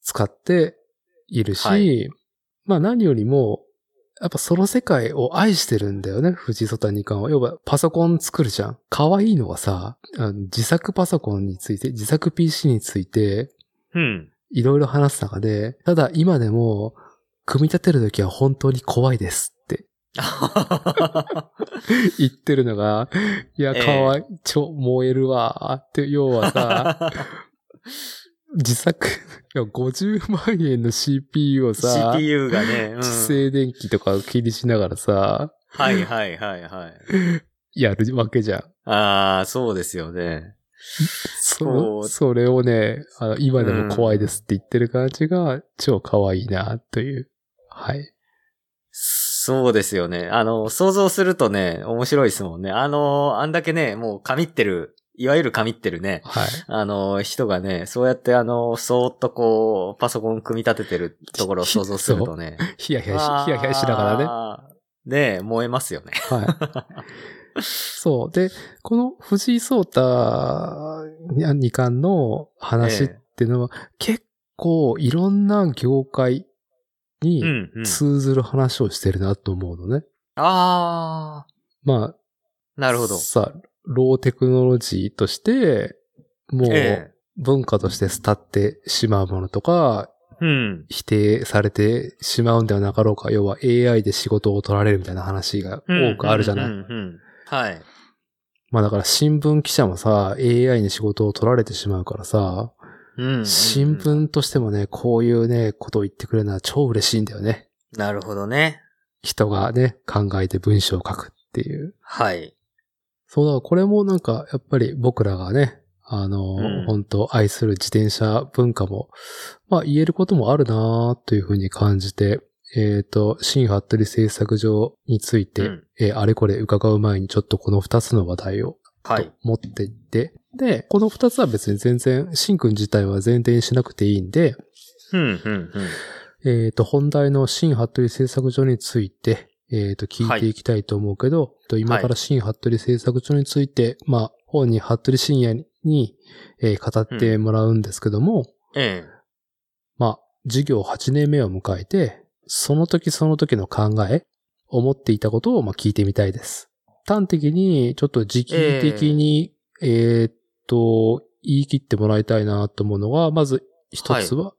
S1: 使っているし、
S2: は
S1: まあ何よりも、やっぱその世界を愛してるんだよね、藤井聡太二冠は。要はパソコン作るじゃん。可愛いのはさ、あの自作パソコンについて、自作 PC について、
S2: うん。
S1: いろいろ話す中で、ただ今でも、組み立てるときは本当に怖いです って言ってるのが、いや、
S2: ええ
S1: かわい、ちょ、燃えるわーって、要はさ、 自作、いや50万円の CPU をさ、
S2: CPU がね、 うん
S1: 自静電気とかを気にしながらさ、
S2: はいはいはいはい。
S1: やるわけじゃん。
S2: ああ、そうですよね。そ
S1: そうそれをねあの、今でも怖いですって言ってる感じが、超可愛いな、という。はい。
S2: そうですよね。あの、想像するとね、面白いですもんね。あの、あんだけね、もう神ってる、いわゆる神ってるね、
S1: はい。
S2: あの、人がね、そうやってあの、そーっとこう、パソコン組み立ててるところを想像するとね。
S1: ヒヤヒ
S2: ヒ
S1: ヤし、ヒヤヒヤしながらね。
S2: らね。ね燃えますよね。
S1: はい。そう。で、この藤井聡太二冠の話っていうのは、結構いろんな業界に
S2: うん、うん。
S1: 通ずる話をしてるなと思うのね。
S2: あ
S1: ま
S2: あ、な
S1: あ、
S2: るほど。
S1: さ、ローテクノロジーとして、もう
S2: え
S1: 文化として廃ってしまうものとか、
S2: え。うん。
S1: 否定されてしまうんではなかろうか。要は AI で仕事を取られるみたいな話が多くあるじゃない。
S2: うんうんうんうんはい。
S1: まあだから新聞記者もさ、AI に仕事を取られてしまうからさ、
S2: うんうんうん
S1: 新聞としてもね、こういうね、ことを言ってくれるのは超嬉しいんだよね。
S2: なるほどね。
S1: 人がね、考えて文章を書くっていう。
S2: はい。
S1: そうだ、これもなんか、やっぱり僕らがね、あの、
S2: うん
S1: 本当愛する自転車文化も、まあ言えることもあるなというふうに感じて、えっ、と、新ハットリ製作所について、
S2: うん
S1: えーあれこれ伺う前にちょっとこの二つの話題を
S2: は
S1: と
S2: い。
S1: 持っていって、で、この二つは別に全然、シンくん自体は前提にしなくていいんで、
S2: うん、うん、うん。
S1: えっ、と、本題の新ハットリ製作所について、えっ、と、聞いていきたいと思うけど、と今から新ハットリ製作所について、まあ、本にハットリ深夜に、えー語ってもらうんですけども、
S2: え
S1: まあ、授業8年目を迎えて、その時その時の考え、思っていたことをまあ聞いてみたいです。端的に、ちょっと時期的に、えーっと、言い切ってもらいたいなと思うのは、まず一つは、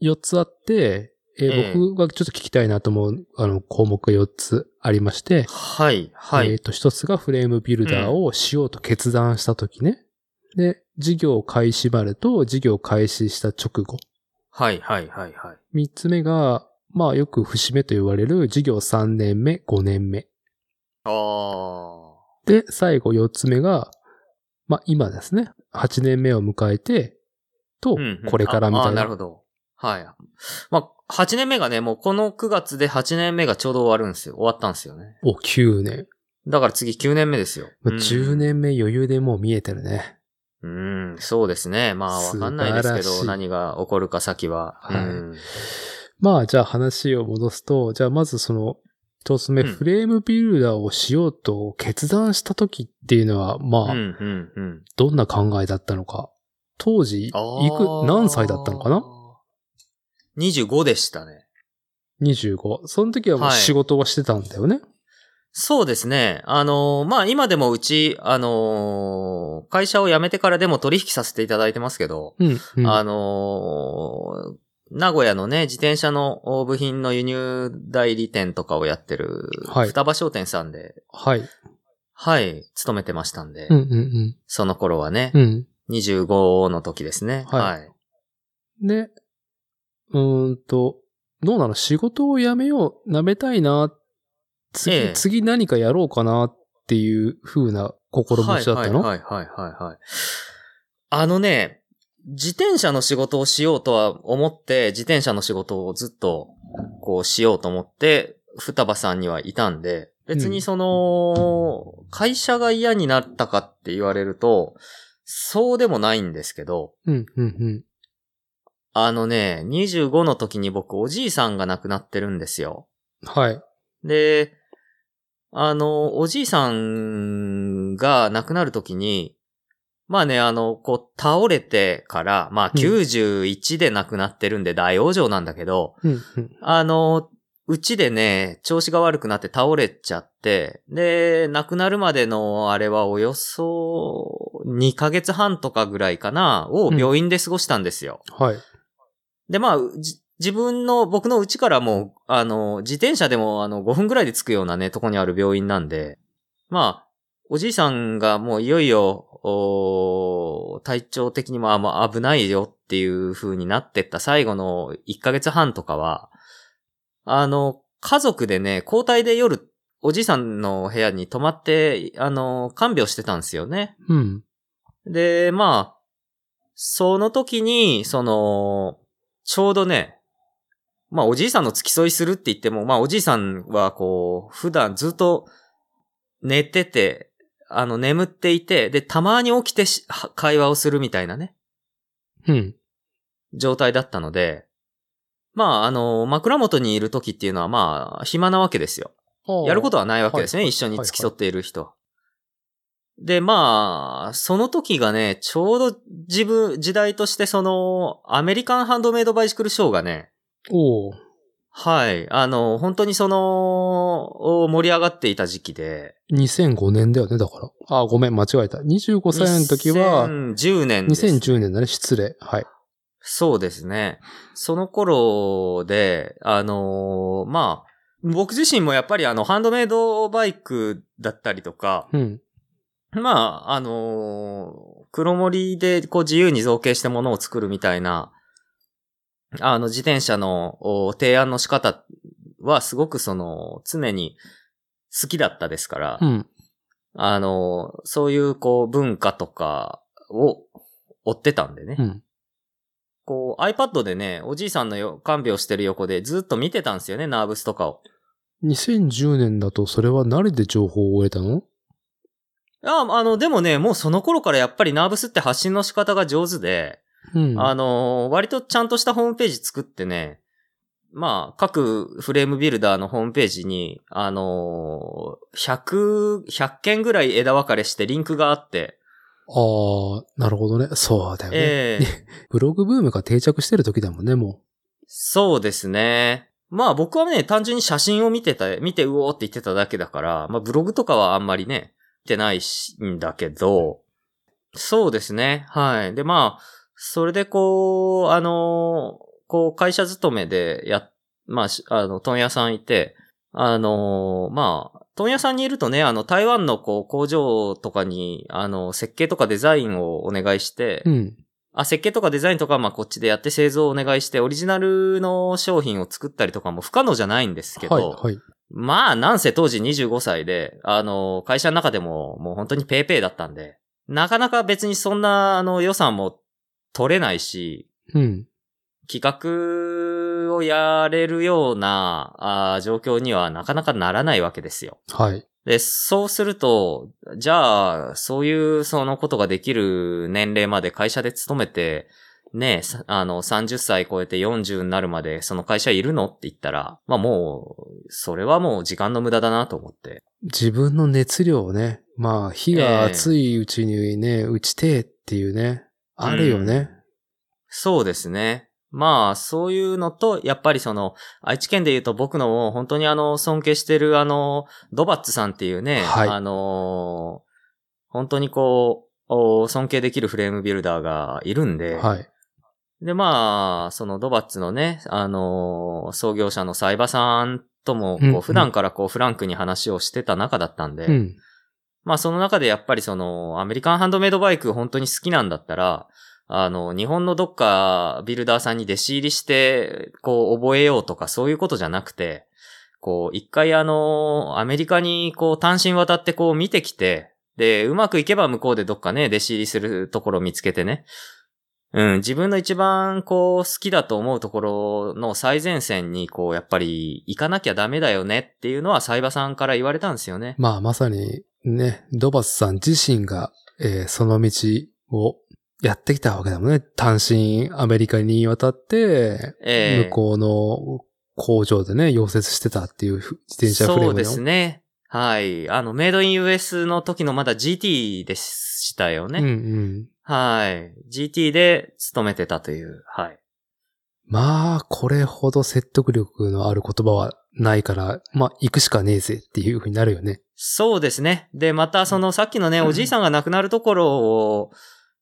S1: 四つあって、えー
S2: ええ
S1: 僕がちょっと聞きたいなと思う、あの、項目が四つありまして、
S2: はい、は
S1: えっ、
S2: い。
S1: と、一つがフレームビルダーをしようと決断したときね。で、事業開始までと事業開始した直後。
S2: はい、はい、はい、はい。
S1: 三つ目が、まあよく節目と言われる事業3年目、5年目。
S2: あー。
S1: で、最後4つ目が、まあ今ですね、8年目を迎えて、と
S2: うんうん、
S1: これからみた
S2: ああ
S1: い
S2: な
S1: な。
S2: るほど。はい。まあ、8年目がね、もうこの9月で8年目がちょうど終わるんですよ。終わったんですよね。
S1: お、9年。
S2: だから次9年目ですよ。
S1: まあ、10年目余裕でもう見えてるね。
S2: うん。うん、そうですね。まあ、わかんないです
S1: 素
S2: け
S1: 晴らし
S2: ど、
S1: い
S2: 何が起こるか先は。
S1: はい
S2: うん
S1: まあじゃあ話を戻すと、じゃあまずその、一つ目、
S2: うん
S1: フレームビルダーをしようと決断した時っていうのは、まあ、
S2: うん、うん、うん。
S1: どんな考えだったのか。当時、い
S2: あー
S1: く、何歳だったのかな
S2: ?25 でしたね。
S1: ?25。その時はもう
S2: はい
S1: 仕事はしてたんだよね。
S2: そうですね。あのーまあ、今でもうち、あのー会社を辞めてからでも取引させていただいてますけど、
S1: うん、うん。
S2: あのー名古屋のね、自転車の部品の輸入代理店とかをやってる、
S1: はい
S2: 双葉商店さんで、
S1: はい。
S2: はい、勤めてましたんで、
S1: うん、うん、
S2: その頃はね
S1: うん。、うん。
S2: 25の時ですね。
S1: は
S2: はいい。
S1: で、うーんと、どうなの仕事を辞めよう、辞めたいな、次、
S2: ええ
S1: 次何かやろうかなっていう風な心持ちだったの、
S2: はいはいはいはいはい。あのね、自転車の仕事をしようとは思って、自転車の仕事をずっと、こうしようと思って、双葉さんにはいたんで、別にその、会社が嫌になったかって言われると、そうでもないんですけど、
S1: うん、うん、
S2: あのね、25の時に僕おじいさんが亡くなってるんですよ。
S1: うん。はい。
S2: で、あの、おじいさんが亡くなるときに、まあね、あの、こう、倒れてから、まあ
S1: うん
S2: 91で亡くなってるんで大往生なんだけど、
S1: うん、うん。
S2: あの、うちでね、調子が悪くなって倒れちゃって、で、亡くなるまでのあれはおよそ2ヶ月半とかぐらいかな、を病院で過ごしたんですよ。
S1: はい。
S2: で、まあ、じ自分の、僕の家からもう、あの、自転車でも、あの、5分ぐらいで着くようなね、とこにある病院なんで、まあ、おじいさんがもういよいよ、おー体調的にもあまあ危ないよっていう風になってった最後の1ヶ月半とかは、あの、家族でね、交代で夜、おじいさんの部屋に泊まって、あの、看病してたんですよね。
S1: うん。
S2: で、まあ、その時に、その、ちょうどね、まあおじいさんの付き添いするって言っても、まあおじいさんはこう、普段ずっと寝てて、あの、眠っていて、で、たまに起きてしは会話をするみたいなね、
S1: うん。
S2: 状態だったので、まああの、枕元にいる時っていうのはまあ、暇なわけですよ。やることはないわけですね。
S1: はい
S2: 一緒に付き添っている人。で、まあ、その時がね、ちょうど自分、時代としてその、アメリカンハンドメイドバイシクルショーがね、
S1: おー
S2: はい、あの、本当にその、お盛り上がっていた時期で。
S1: 2005年だよね、だから。あー、ごめん、間違えた。25歳の時は、
S2: 2010年ですね
S1: 2010年だね、失礼。はい。
S2: そうですね。その頃で、あのーまあ、僕自身もやっぱりあの、ハンドメイドバイクだったりとか、
S1: うん。
S2: まあ、あのー黒森でこう自由に造形してものを作るみたいな、あの自転車のお提案の仕方はすごくその常に好きだったですから、
S1: うん。
S2: あのーそういうこう文化とかを追ってたんでね。
S1: うん。
S2: こう iPad でね、おじいさんのよ看病してる横でずっと見てたんですよね、ナーブスとかを。
S1: 2010年だと、それは誰で情報を得たの
S2: ああの、でもね、もうその頃からやっぱりナーブスって発信の仕方が上手で、
S1: うん。
S2: あのー割とちゃんとしたホームページ作ってね、まあ、各フレームビルダーのホームページに、あのー100、100件ぐらい枝分かれしてリンクがあって、
S1: ああ、なるほどね。そうだよね。
S2: ええ
S1: ブログブームが定着してる時だもんね、も
S2: そうですね。まあ僕はね、単純に写真を見てた、見てうおーって言ってただけだから、まあブログとかはあんまりね、見てないしんだけど、そうですね。はい。で、まあ、それでこう、あの、こう、会社勤めでや、まあ、しあの、問屋さんいて、あの、まあ、問屋さんにいるとね、あの、台湾のこう、工場とかに、あの、設計とかデザインをお願いして、
S1: うん。
S2: あ、設計とかデザインとかはまあこっちでやって製造をお願いして、オリジナルの商品を作ったりとかも不可能じゃないんですけど、
S1: はい、はい。
S2: まあ、なんせ当時25歳で、あの、会社の中でももう本当にペーペーだったんで、なかなか別にそんな、あの、予算も取れないし、
S1: うん。
S2: 企画をやれるような、あー状況にはなかなかならないわけですよ。
S1: はい。
S2: で、そうすると、じゃあ、そういう、そのことができる年齢まで会社で勤めて、ねえ、さあの、30歳超えて40になるまで、その会社いるのって言ったら、まあもう、それはもう時間の無駄だなと思って。
S1: 自分の熱量をね、まあ、火が熱いうちにね、打ちてえっていうね、あるよね。
S2: そうですね。まあ、そういうのと、やっぱりその、愛知県で言うと僕のもう本当にあの、尊敬してるあの、ドバッツさんっていうね、
S1: はい
S2: あのー本当にこう、お尊敬できるフレームビルダーがいるんで、
S1: はい。
S2: で、まあ、そのドバッツのね、あのー創業者のサイバさんとも、こう、
S1: うんうん
S2: 普段からこう、フランクに話をしてた中だったんで、
S1: うん。
S2: まあ、その中でやっぱりその、アメリカンハンドメイドバイク本当に好きなんだったら、あの、日本のどっかビルダーさんに弟子入りして、こう、覚えようとかそういうことじゃなくて、こう、一回あの、アメリカにこう、単身渡ってこう、見てきて、で、うまくいけば向こうでどっかね、弟子入りするところを見つけてね。うん、自分の一番こう、好きだと思うところの最前線にこう、やっぱり行かなきゃダメだよねっていうのは、サイバさんから言われたんですよね。
S1: まあ、まさに、ね、ドバスさん自身が、えーその道をやってきたわけだもんね。単身アメリカに渡って、
S2: ええ
S1: 向こうの工場でね、溶接してたっていうふ自転車フレー
S2: そ
S1: ム
S2: う
S1: の。
S2: ですね。はい。あの、メイドイン US の時のまだ GT でしたよね。
S1: うんうん。
S2: はい。GT で勤めてたという。はい。
S1: まあ、これほど説得力のある言葉はないから、まあ、行くしかねえぜっていうふうになるよね。
S2: そうですね。で、またそのさっきのね、おじいさんが亡くなるところを、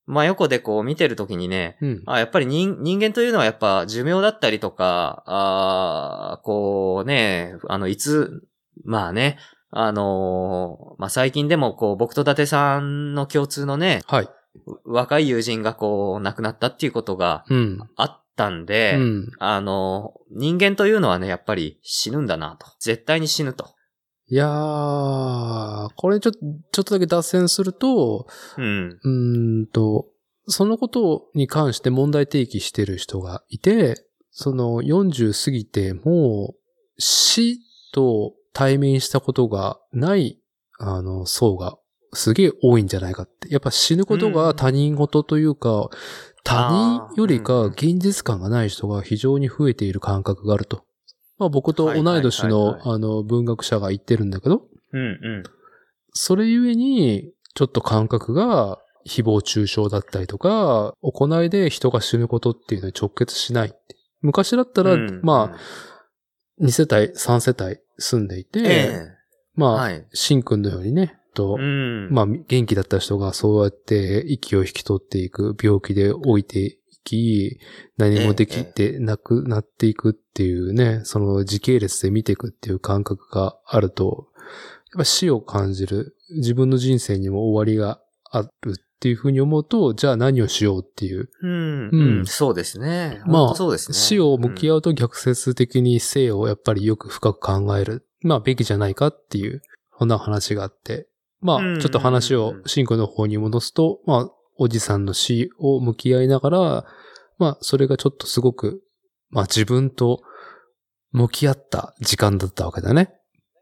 S2: 真横でこう見てる時にね、
S1: うん。
S2: あやっぱり人人間というのはやっぱ寿命だったりとか、あーこうね、あの、いつ、まあね、あのーまあ最近でもこう僕と伊達さんの共通のね、
S1: はい。
S2: 若い友人がこう亡くなったっていうことが
S1: うん。
S2: あったんで、
S1: うん。
S2: あの、人間というのはね、やっぱり死ぬんだなと。絶対に死ぬと。
S1: いやー、これちょっと、ちょっとだけ脱線すると、
S2: うん。
S1: うーんと、そのことに関して問題提起してる人がいて、その40過ぎてもう死と対面したことがない、あの、層がすげえ多いんじゃないかって。やっぱ死ぬこと
S2: う
S1: が
S2: ん
S1: 他人事というか、他
S2: あー
S1: 人より
S2: うん
S1: か
S2: うん
S1: 現実感がない人が非常に増えている感覚があると。まあ僕と同い年
S2: はいはい
S1: の
S2: はいは
S1: あの文学者が言ってるんだけど、
S2: うんうん。
S1: それゆえに、ちょっと感覚が誹謗中傷だったりとか、行いで人が死ぬことっていうのに直結しないって。昔だったら、
S2: うん
S1: まあ、2世帯、3世帯住んでいて、
S2: うんええ
S1: まあ、
S2: はい。
S1: しんくんのようにね、と
S2: う、ん。
S1: まあ、元気だった人がそうやって息を引き取っていく、病気で老いていき、何もできてなくなっていくっていうね、その時系列で見ていくっていう感覚があると、やっぱ死を感じる。自分の人生にも終わりがあるっていうふうに思うと、じゃあ何をしようっていう。
S2: うん、
S1: う
S2: うんん。そうですね。
S1: まあ
S2: 本当そうですね。
S1: 死を向き
S2: 合
S1: 合うと逆説的に生をやっぱりよく深く考える。まあ、べきじゃないかっていう、そんな話があって。ま
S2: うん
S1: あ、ちょっと話
S2: う
S1: を
S2: ん
S1: シンクの方に戻すと、まあ、おじさんの死を向き合いながら、まあ、それがちょっとすごく、まあ、自分と向き合った時間だったわけだね。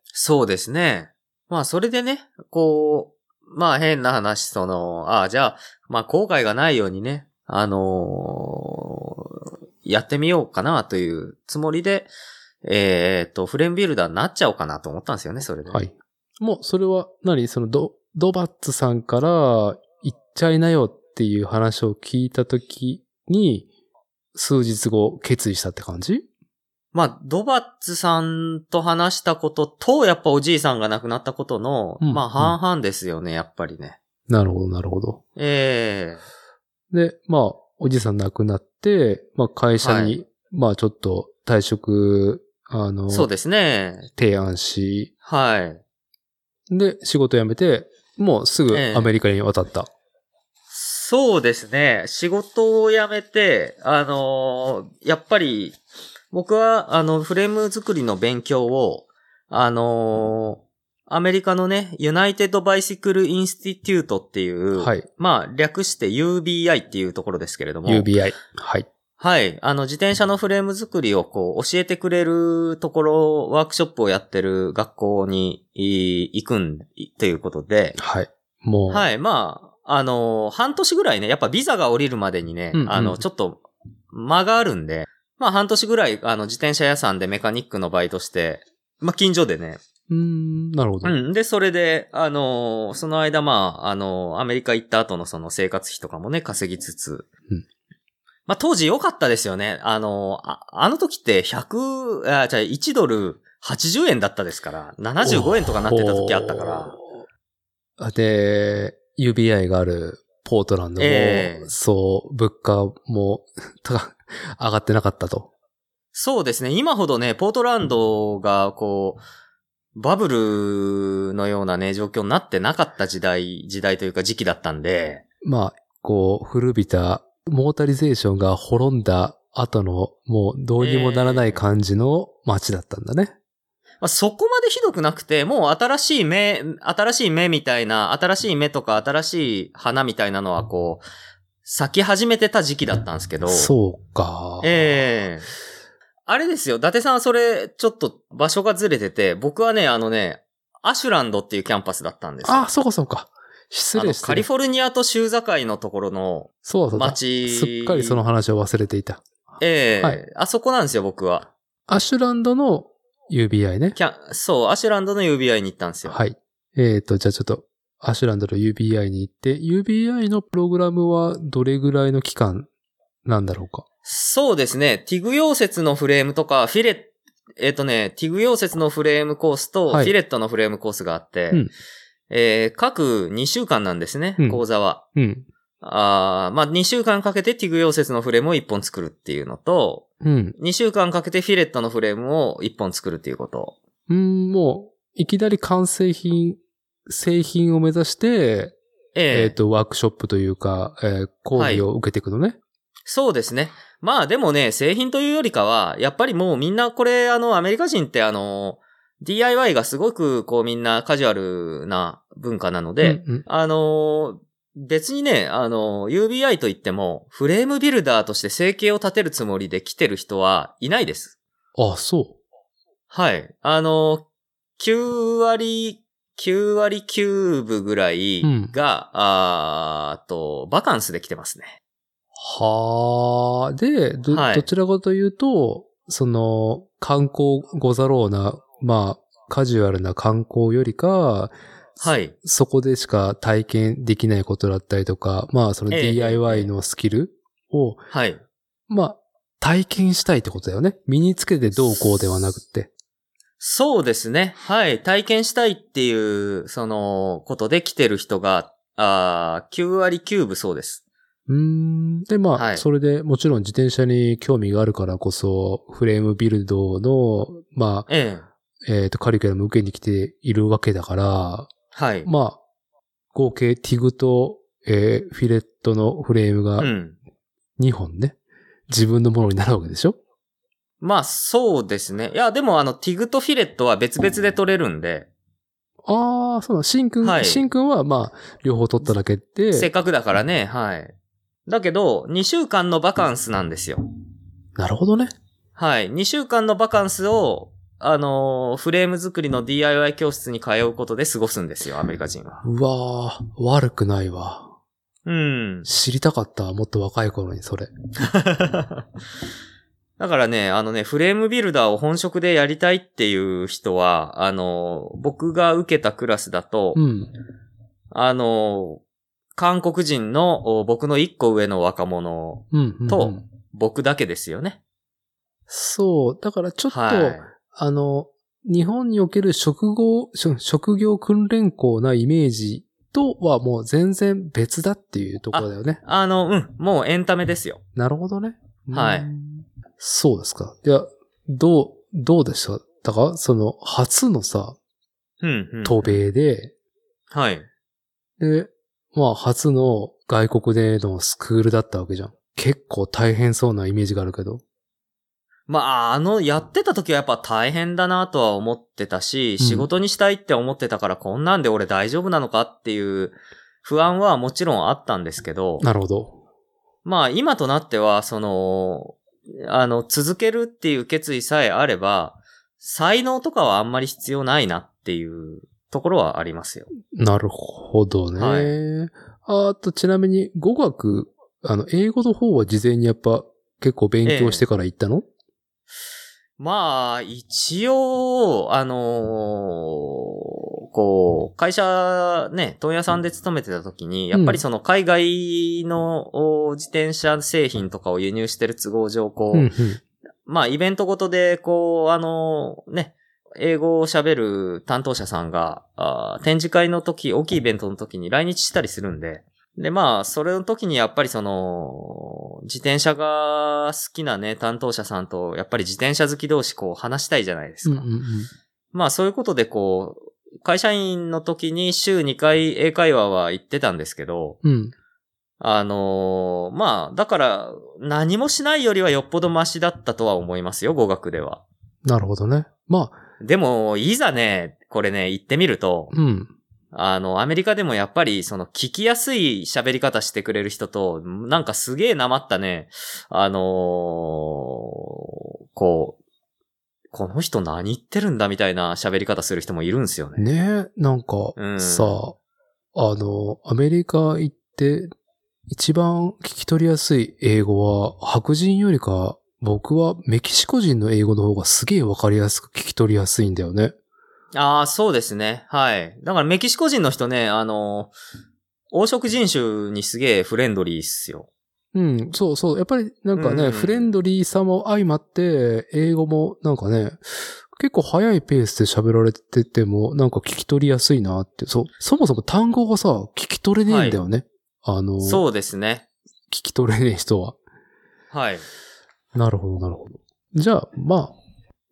S2: そうですね。まあ、それでね、こう、まあ変な話、その、ああ、じゃあ、まあ後悔がないようにね、あのーやってみようかなというつもりで、えーっと、フレームビルダーになっちゃおうかなと思ったんですよね、それで。
S1: はい。もう、それは何、そのド、ドバッツさんから、行っちゃいなよっていう話を聞いたときに、数日後、決意したって感じ
S2: まあ、ドバッツさんと話したことと、やっぱおじいさんが亡くなったことの、
S1: うん
S2: まあ半々ですよね、やっぱりね。
S1: なるほど、なるほど。
S2: ええ
S1: で、まあ、おじさん亡くなって、まあ、会社に、
S2: はい
S1: まあ、ちょっと退職、あの、
S2: そうですね。
S1: 提案し、
S2: はい。
S1: で、仕事辞めて、もうすぐ
S2: ええ
S1: アメリカに渡った。
S2: そうですね。仕事を辞めて、あのーやっぱり、僕は、あの、フレーム作りの勉強を、あのーアメリカのね、ユナイテッド・バイシクル・インスティテュートっていう、
S1: はい。
S2: まあ、略して UBI っていうところですけれども、
S1: UBI。はい。
S2: はい。あの、自転車のフレーム作りをこう、教えてくれるところ、ワークショップをやってる学校にい行くん、いということで、
S1: はい。もう、
S2: はい。まあ、あの、半年ぐらいね、やっぱビザが降りるまでにね、
S1: うんうん
S2: あの、ちょっと間があるんで、まあ、半年ぐらい、あの、自転車屋さんでメカニックのバイトして、まあ、近所でね。
S1: うーん、なるほど。
S2: うん。で、それで、あの、その間、まあ、あの、アメリカ行った後のその生活費とかもね、稼ぎつつ。
S1: うん
S2: まあ、当時良かったですよね。あの、ああの時って100、あ、じゃあ1ドル80円だったですから、75円とかなってた時あったから。
S1: ら。で、UBI があるポートランドも、
S2: ええ
S1: そう、物価も高、上がってなかったと。
S2: そうですね。今ほどね、ポートランドが、こう、バブルのようなね、状況になってなかった時代、時代というか時期だったんで、
S1: まあ、こう、古びた、モータリゼーションが滅んだ後の、もうどうにもならない感じの街だったんだね。
S2: まあ、そこまでひどくなくて、もう新しい目、新しい目みたいな、新しい目とか新しい花みたいなのはこう、咲き始めてた時期だったんですけど、
S1: そうか。
S2: ええあれですよ、伊達さんはそれ、ちょっと場所がずれてて、僕はね、あのね、アシュランドっていうキャンパスだったんですよ
S1: あ、そうかそうか。失
S2: あの
S1: 礼して
S2: カ
S1: る
S2: リ。フォルニアと州境のところの
S1: そうだそうだ。
S2: 町。
S1: すっかりその話を忘れていた。
S2: ええ
S1: はい
S2: あそこなんですよ、僕は。
S1: アシュランドの UBI ね。
S2: キャンそう、アシュランドの UBI に行ったんですよ。
S1: はい。えっ、と、じゃあちょっと、アシュランドの UBI に行って、UBI のプログラムはどれぐらいの期間なんだろうか。
S2: そうですね、ティグ溶接のフレームとか、フィレえっ、とね、ティグ溶接のフレームコースと、フ
S1: はい
S2: ィレットのフレームコースがあって、
S1: うん
S2: えー各2週間なんですね、
S1: うん
S2: 講座は。
S1: うん。
S2: あーまあ、2週間かけてティグ溶接のフレームを1本作るっていうのと、
S1: うん。
S2: 2週間かけてフィレットのフレームを1本作るっていうこと。
S1: うん、もう、いきなり完成品、製品を目指して、えっ、と、ワークショップというか、えー講義を受けていくのね。
S2: そうですね。まあでもね、製品というよりかは、やっぱりもうみんなこれ、あの、アメリカ人ってあの、DIY がすごくこうみんなカジュアルな文化なので、
S1: うんうん、
S2: あの、別にね、あの、UBI といっても、フレームビルダーとして生計を立てるつもりで来てる人はいないです。
S1: あ、そ
S2: はい。あの、9割、9割9分ぐらいが、あーっと、バカンスで来てますね。
S1: う。はあ。で、ど、
S2: はい
S1: どちらかというと、その、観光ござろうな、まあ、カジュアルな観光よりか、
S2: はい。
S1: そこでしか体験できないことだったりとか、まあその
S2: ええ
S1: DIY のスキルを、
S2: はい。
S1: まあ体験したいってことだよね。身につけてどうこうではなくって。
S2: そうですね。はい。体験したいっていう、その、ことで来てる人が、あー9割9分そうです。
S1: うーん。で、まあ、
S2: はい
S1: それでもちろん自転車に興味があるからこそ、フレームビルドの、まあ、
S2: ええ。
S1: えっ、と、カリキュラム受けに来ているわけだから、
S2: はい。
S1: まあ、合計ティグと、えーフィレットのフレームが
S2: うん。
S1: 2本ね、自分のものになるわけでしょ
S2: まあ、そうですね。いや、でも、あの、ティグとフィレットは別々で取れるんで、
S1: ああ、そうだ。シンくん、
S2: はい
S1: シンくんは、まあ、両方取っただけで、
S2: せっかくだからね、はい。だけど、2週間のバカンスなんですよ。
S1: なるほどね。
S2: はい。2週間のバカンスを、あのーフレーム作りの DIY 教室に通うことで過ごすんですよ、アメリカ人は。
S1: うわー悪くないわ。
S2: うん。
S1: 知りたかったわもっと若い頃にそれ。
S2: だからね、あのね、フレームビルダーを本職でやりたいっていう人は、あの、僕が受けたクラスだと、
S1: うん。
S2: あの、韓国人のお僕の一個上の若者、
S1: うん、うん。
S2: と
S1: うん
S2: 僕だけですよね。
S1: そう。だからちょっと、
S2: はい。
S1: あの、日本における職業、しょ職業訓練校なイメージとはもう全然別だっていうところだよね。
S2: あの、うん、もうエンタメですよ。
S1: なるほどね。うん
S2: はい。
S1: そうですか。いや、どう、どうでしただから、その、初のさ、
S2: うん、うん。
S1: 渡米で、
S2: はい。
S1: で、まあ、初の外国でのスクールだったわけじゃん。結構大変そうなイメージがあるけど。
S2: まあ、あの、やってた時はやっぱ大変だなとは思ってた
S1: う
S2: し、
S1: ん
S2: 仕事にしたいって思ってたから、こんなんで俺大丈夫なのかっていう不安はもちろんあったんですけど、
S1: なるほど。
S2: まあ、今となっては、その、あの、続けるっていう決意さえあれば、才能とかはあんまり必要ないなっていうところはありますよ。
S1: なるほどね。
S2: は
S1: あと、ちなみに、語学、あの、英語の方は事前にやっぱ結構勉強してから行ったの、
S2: まあ、一応、あのーこう、会社ね、問屋さんで勤めてた時に、やっぱりその海外のお自転車製品とかを輸入してる都合上、こう、
S1: うんうん。
S2: まあ、イベントごとで、こう、あのね、英語を喋る担当者さんが、あー展示会の時、大きいイベントの時に来日したりするんで、で、まあ、それの時にやっぱりその、自転車が好きなね、担当者さんと、やっぱり自転車好き同士こう話したいじゃないです
S1: うん
S2: か。
S1: うんうん。
S2: まあ、そういうことでこう、会社員の時に週2回英会話は行ってたんですけど、
S1: うん。
S2: あのーまあ、だから、何もしないよりはよっぽどマシだったとは思いますよ、語学では。
S1: なるほどね。まあ、
S2: でも、いざね、これね、言ってみると、
S1: うん。
S2: あの、アメリカでもやっぱり、その、聞きやすい喋り方してくれる人と、なんかすげえなまったね、あのーこう、この人何言ってるんだみたいな喋り方する人もいるんですよね。
S1: ねえ、なんか、
S2: うん
S1: さ、あの、アメリカ行って、一番聞き取りやすい英語は、白人よりか、僕はメキシコ人の英語の方がすげえわかりやすく聞き取りやすいんだよね。
S2: ああ、そうですね。はい。だからメキシコ人の人ね、あのー黄色人種にすげえフレンドリーっすよ。
S1: うん、そうそう。やっぱりなんかね、
S2: うん
S1: フレンドリーさも相まって、英語もなんかね、結構早いペースで喋られてても、なんか聞き取りやすいなって。そう、そもそも単語がさ、聞き取れねえんだよね。あの、聞
S2: そうですね。
S1: き取れねえ人は。
S2: はい。
S1: なるほど、なるほど。じゃあ、まあ、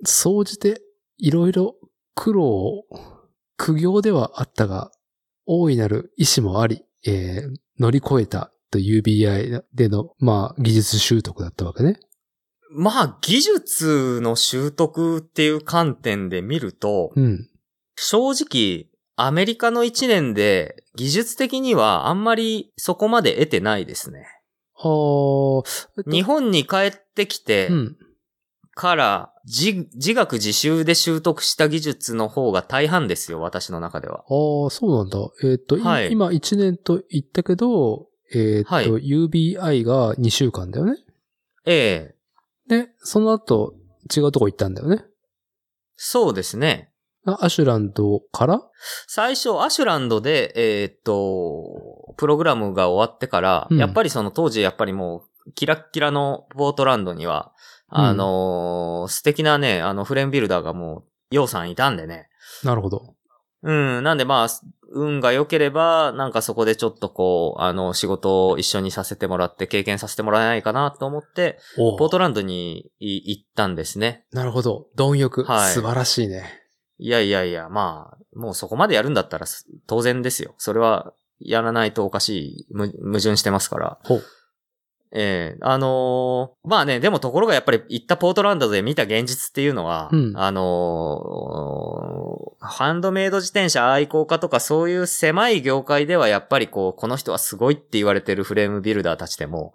S1: 総じて、いろいろ苦労を、苦行ではあったが、大いなる意志もあり、えー乗り越えたと UBI での、まあ、技術習得だったわけね。
S2: まあ、技術の習得っていう観点で見ると、
S1: うん。
S2: 正直、アメリカの1年で技術的にはあんまりそこまで得てないですね。
S1: あー、
S2: 日本に帰ってきて
S1: うん。
S2: から自自学自習で習得した技術の方が大半ですよ、私の中では。
S1: あー、そうなんだ。えーっと、い
S2: はい
S1: 今1年と言ったけど、えーっと、
S2: はい
S1: UBI が2週間だよね。
S2: ええ、
S1: で、その後、違うとこ行ったんだよね。
S2: そうですね。
S1: あアシュランドから
S2: 最初、アシュランドで、えーっと、プログラムが終わってから、
S1: うん
S2: やっぱりその当時、やっぱりもう、キラッキラのポートランドには、
S1: うん
S2: あのー素敵なね、あの、フレームビルダーがもう、ようさんいたんでね。
S1: なるほど。
S2: うん、なんでまあ、運が良ければ、なんかそこでちょっとこう、あの、仕事を一緒にさせてもらって、経験させてもらえないかなと思って、
S1: おー
S2: ポートランドにい行ったんですね。
S1: なるほど。貪欲。
S2: はい
S1: 素晴らしいね。
S2: いやいやいや、まあ、もうそこまでやるんだったらす当然ですよ。それはやらないとおかしい、む矛盾してますから。
S1: ほう。
S2: ええあのーまあね、でもところがやっぱり行ったポートランドで見た現実っていうのは、
S1: うん
S2: あのーハンドメイド自転車愛好家とかそういう狭い業界ではやっぱりこう、この人はすごいって言われてるフレームビルダーたちでも、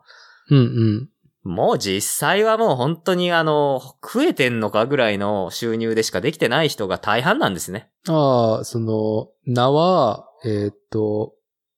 S1: うんうん。
S2: もう実際はもう本当にあの、食えてんのかぐらいの収入でしかできてない人が大半なんですね。
S1: ああ、その、縄、えーっと、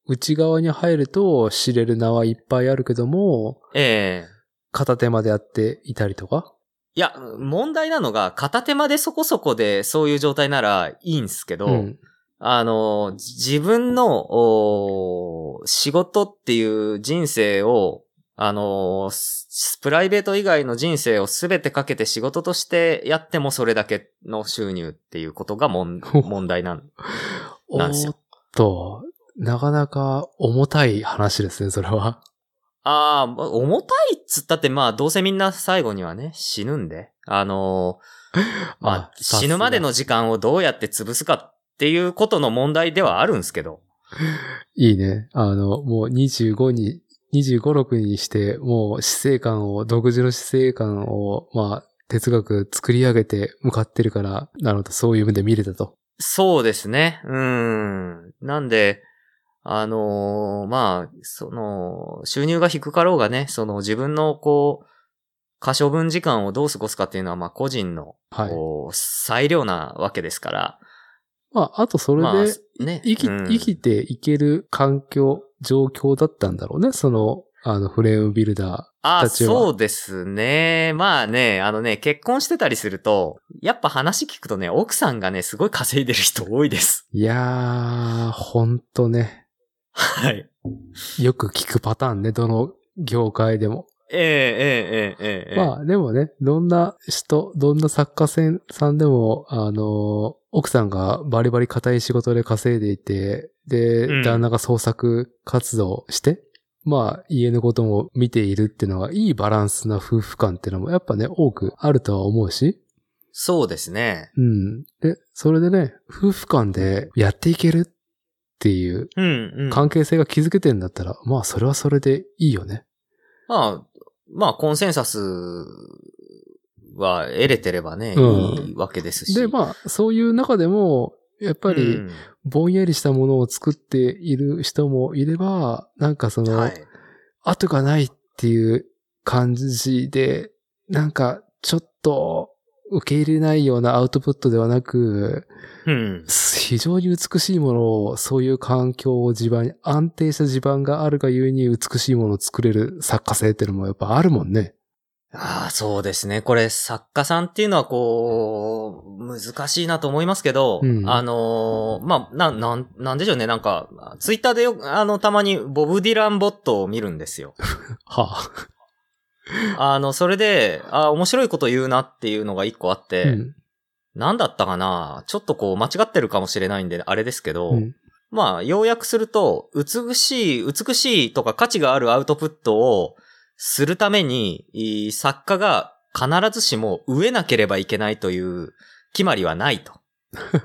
S1: 内側に入ると知れる縄いっぱいあるけども、
S2: ええ
S1: 片手までやっていたりとか。
S2: いや、問題なのが、片手間でそこそこでそういう状態ならいいんすけど、
S1: うん。
S2: あの、じ自分の、おー仕事っていう人生を、あの、スプライベート以外の人生を全てかけて仕事としてやってもそれだけ の収入っていうことがもん問題なん。なんですよ
S1: おーっと、なかなか重たい話ですね、それは。
S2: ああ、まあ重たいっつったって、まあ、どうせみんな最後にはね、死ぬんで。あの ーまあ、
S1: さすが
S2: 死ぬまでの時間をどうやって潰すかっていうことの問題ではあるんですけど。
S1: いいね。あの、もう25に、25、6にして、もう死生観を、独自の死生観を、まあ、哲学作り上げて向かってるから、なるほど、そういう目で見れたと。
S2: そうですね。うーん。なんで、あのーまあ、その、収入が低かろうがね、その自分のこう、可処分時間をどう過ごすかっていうのは、まあ、個人の、
S1: はい。
S2: こう、裁量なわけですから。
S1: まあ、あとそれ
S2: ま
S1: で、
S2: あ、ね。
S1: 生き、
S2: うん
S1: 生きていける環境、状況だったんだろうね。その、あの、フレームビルダ
S2: あ、
S1: たちは
S2: そうですね。まあね、あのね、結婚してたりすると、やっぱ話聞くとね、奥さんがね、すごい稼いでる人多いです。
S1: ー。いやー、ほんとね。
S2: はい。
S1: よく聞くパターンね、どの業界でも。
S2: ええええええええ
S1: まあでもね、どんな人、どんな作家せんさんでも、あの、奥さんがバリバリ固い仕事で稼いでいて、で、
S2: うん
S1: 旦那が創作活動して、まあ家のことも見ているっていうのは、いいバランスな夫婦感っていうのもやっぱね、多くあるとは思うし、
S2: そうですね。
S1: うん。で、それでね、夫婦間でやっていけるっていう
S2: うん、うん。
S1: 関係性が築けてんだったら、まあそれはそれでいいよね。
S2: まあ、まあ、コンセンサスは得れてればね、
S1: うん
S2: いいわけですし。
S1: で、まあそういう中でも、やっぱり、
S2: うん
S1: ぼんやりしたものを作っている人もいれば、なんかその、
S2: はい。
S1: 後がないっていう感じで、なんかちょっと受け入れないようなアウトプットではなく、
S2: うん。
S1: 非常に美しいものを、そういう環境を地盤に、安定した地盤があるがゆえに美しいものを作れる作家性っていうのもやっぱあるもんね。
S2: ああ、そうですね。これ、作家さんっていうのは、こう、難しいなと思いますけど、
S1: うん
S2: あのーまあ、な、なん、なんでしょうね。なんか、ツイッターでよく、あの、たまに、ボブ・ディランボットを見るんですよ。
S1: はあ。
S2: あの、それで、ああ、面白いこと言うなっていうのが一個あって、
S1: うん。
S2: なんだったかなちょっとこう、間違ってるかもしれないんで、あれですけど、
S1: うん
S2: まあ、要約すると、美しい、美しいとか価値があるアウトプットをするために、いい作家が必ずしも飢えなければいけないという決まりはないと。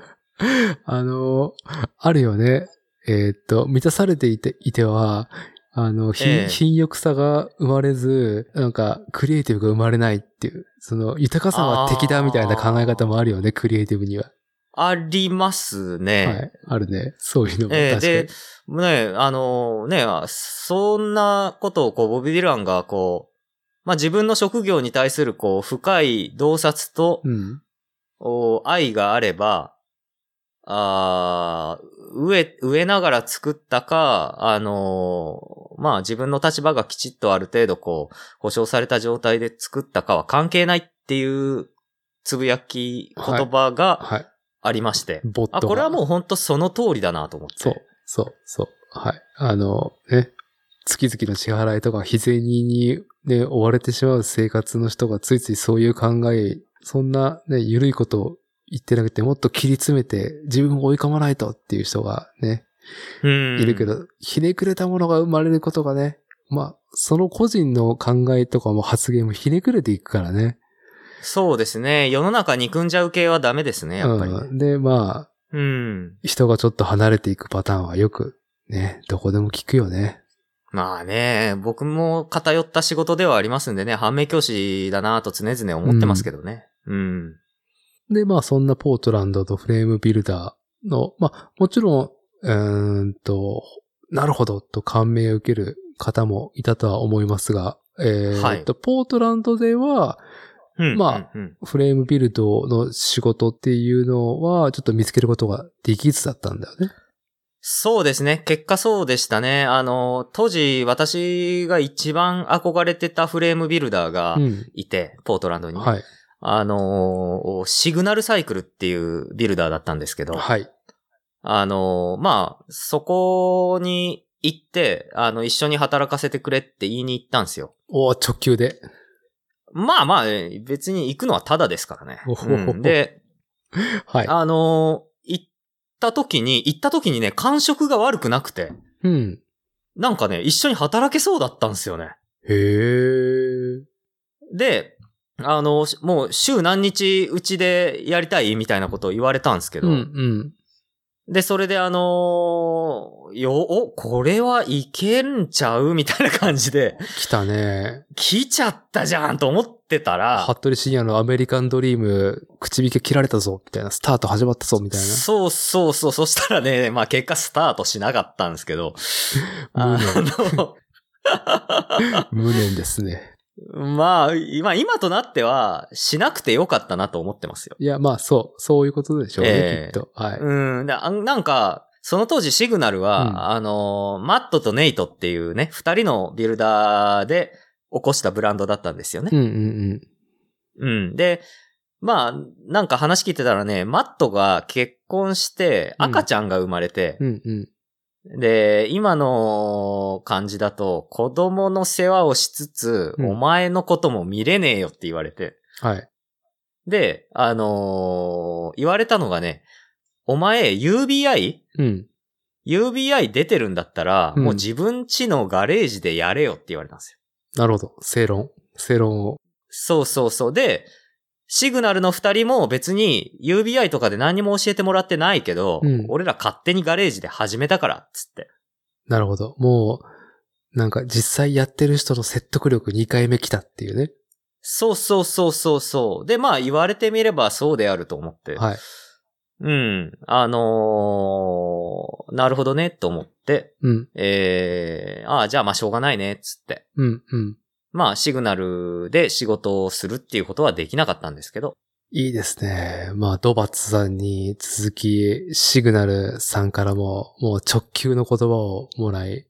S1: あの、あるよね。えーっと、満たされていて、いては、あの、ひ
S2: ええ
S1: 貧欲さが生まれず、なんか、クリエイティブが生まれないっていう、その、豊かさは敵だみたいな考え方もあるよね、クリエイティブには。
S2: あります
S1: は
S2: ね。
S1: い。あるね。そういうのも
S2: ええ
S1: 確かに。
S2: で、ね、あのね、そんなことをこう、ボビー・ディランがこう、まあ自分の職業に対するこう、深い洞察と、
S1: うん。
S2: お愛があれば、ああ、植え、植えながら作ったか、あのーまあ、自分の立場がきちっとある程度こう、保障された状態で作ったかは関係ないっていうつぶやき言葉が
S1: はい。
S2: ありまして。
S1: ボット
S2: あ、
S1: が。
S2: これはもう
S1: う。
S2: 本当その通りだなと思って。
S1: そう、そう、そう。はい。あの、ね、月々の支払いとか、日銭に、ね、追われてしまう生活の人がついついそういう考え、そんなね、緩いことを言ってなくて、もっと切り詰めて自分を追い込まないとっていう人がね、
S2: うん。
S1: いるけど、ひねくれたものが生まれることがね、まあ、その個人の考えとかも発言もひねくれていくからね。
S2: そうですね。世の中憎んじゃう系はダメですね、やっぱりね、
S1: うん、で、まあ、
S2: うん
S1: 人がちょっと離れていくパターンはよく、ね、どこでも聞くよね。
S2: まあね、僕も偏った仕事ではありますんでね、反面教師だなぁと常々思ってますけどね。うん。
S1: で、まあそんなポートランドとフレームビルダーの、まあもちろん、うーんと、なるほどと感銘を受ける方もいたとは思いますが、えー
S2: はい
S1: と、ポートランドでは
S2: うん。
S1: ま
S2: あ、うん
S1: フレームビルドの仕事っていうのはちょっと見つけることができずだったんだよね。
S2: そうですね。結果そうでしたね。あの、当時私が一番憧れてたフレームビルダーがいて、ポートランド
S1: う
S2: に。
S1: ん。はい。
S2: あの、シグナルサイクルっていうビルダーだったんですけど。
S1: はい。
S2: あの、まあ、そこに行って、あの、一緒に働かせてくれって言いに行ったんですよ。
S1: おー直球で。
S2: まあまあ、えー別に行くのはタダですからね。
S1: おほほほ
S2: うんで、
S1: はい。
S2: あのー行った時に、行った時にね、感触が悪くなくて、
S1: うん。
S2: なんかね、一緒に働けそうだったんですよね。
S1: へえ。
S2: で、あの、しもう週何日うちでやりたいみたいなことを言われたんですけ
S1: う
S2: ど、
S1: んうん。
S2: で、それであのーよ、お、これはいけんちゃうみたいな感じで、
S1: 来たね。
S2: 来ちゃったじゃんと思ってたら、
S1: 服部深夜のアメリカンドリーム、口引け切られたぞ、みたいな。スタート始まったぞ、みたい
S2: そうそうそう。そしたらね、まあ結果スタートしなかったんですけど。あ
S1: な。
S2: の、
S1: 無念ですね。
S2: まあ、今、今となっては、しなくてよかったなと思ってますよ。
S1: いや、まあ、そう、そういうことでしょうね、
S2: ええ
S1: きっと。はい。
S2: うん。だあなんか、その当時シグナルは、
S1: うん
S2: あの、マットとネイトっていうね、二人のビルダーで起こしたブランドだったんですよね
S1: う。んうん
S2: うん。で、まあ、なんか話聞いてたらね、マットが結婚して、赤ちゃんが生まれて、
S1: うん。うんうん。
S2: で、今の感じだと、子供の世話をしつつ、
S1: うん
S2: お前のことも見れねえよって言われて。
S1: はい。
S2: で、あのー言われたのがね、お前 UBI?UBI
S1: うん。
S2: 出てるんだったら、
S1: うん
S2: もう自分家のガレージでやれよって言われたんですよ。
S1: なるほど。正論。正論を。
S2: そうそうそう。で、シグナルの二人も別に UBI とかで何にも教えてもらってないけど、
S1: うん
S2: 俺ら勝手にガレージで始めたから、っつって。
S1: なるほど。もう、なんか実際やってる人の説得力2回目来たっていうね。
S2: そうそうそうそうそう。で、まあ言われてみればそうであると思って。
S1: はい。
S2: うん。あのーなるほどね、と思って。
S1: うん、
S2: えー、ああ、じゃあまあしょうがないね、つって。
S1: うん、うん。
S2: まあシグナルで仕事をするっていうことはできなかったんですけど。
S1: いいですね。まあ、ドバッツさんに続き、シグナルさんからも、もう直球の言葉をもらい。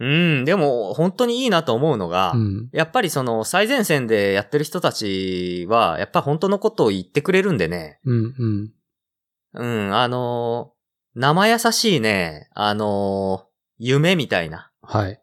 S2: うん、でも本当にいいなと思うのが、
S1: うん。
S2: やっぱりその最前線でやってる人たちは、やっぱ本当のことを言ってくれるんでね。
S1: うん、うん。
S2: うん、あのー生優しいね、あのー夢みたいな。
S1: はい。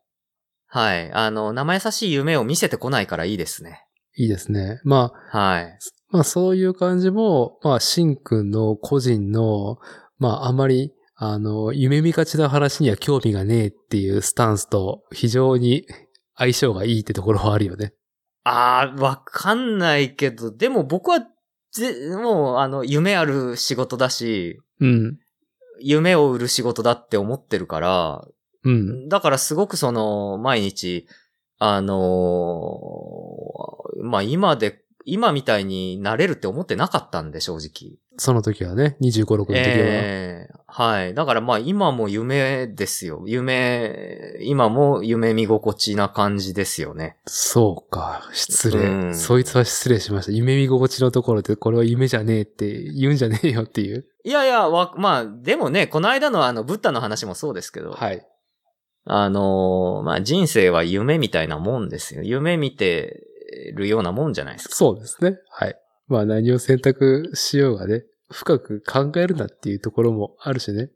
S2: はい。あの、生優しい夢を見せてこないからいいですね。
S1: いいですね。まあ、
S2: はい。
S1: まあ、そういう感じも、まあ、シンくんの個人の、まあ、あまり、あの、夢見がちな話には興味がねえっていうスタンスと、非常に 相性がいいってところはあるよね。
S2: あー、わかんないけど、でも僕は、ぜもう、あの、夢ある仕事だし、
S1: うん。
S2: 夢を売る仕事だって思ってるから、
S1: うん。
S2: だからすごくその、毎日、あのーまあ、今で、今みたいになれるって思ってなかったんで、正直。
S1: その時はね、25、6の時は。
S2: ええはい。だからまあ今も夢ですよ。夢、今も夢見心地な感じですよね。
S1: そうか、失礼、
S2: うん
S1: そいつは失礼しました。夢見心地のところで、これは夢じゃねえって言うんじゃねえよっていう。
S2: いやいや、わ、まあでもね、この間のあのブッダの話もそうですけど、
S1: はい。
S2: あのーまあ人生は夢みたいなもんですよ。夢見てるようなもんじゃないですか。
S1: そうですね。はい。まあ何を選択しようがね、深く考えるなっていうところもあるしね。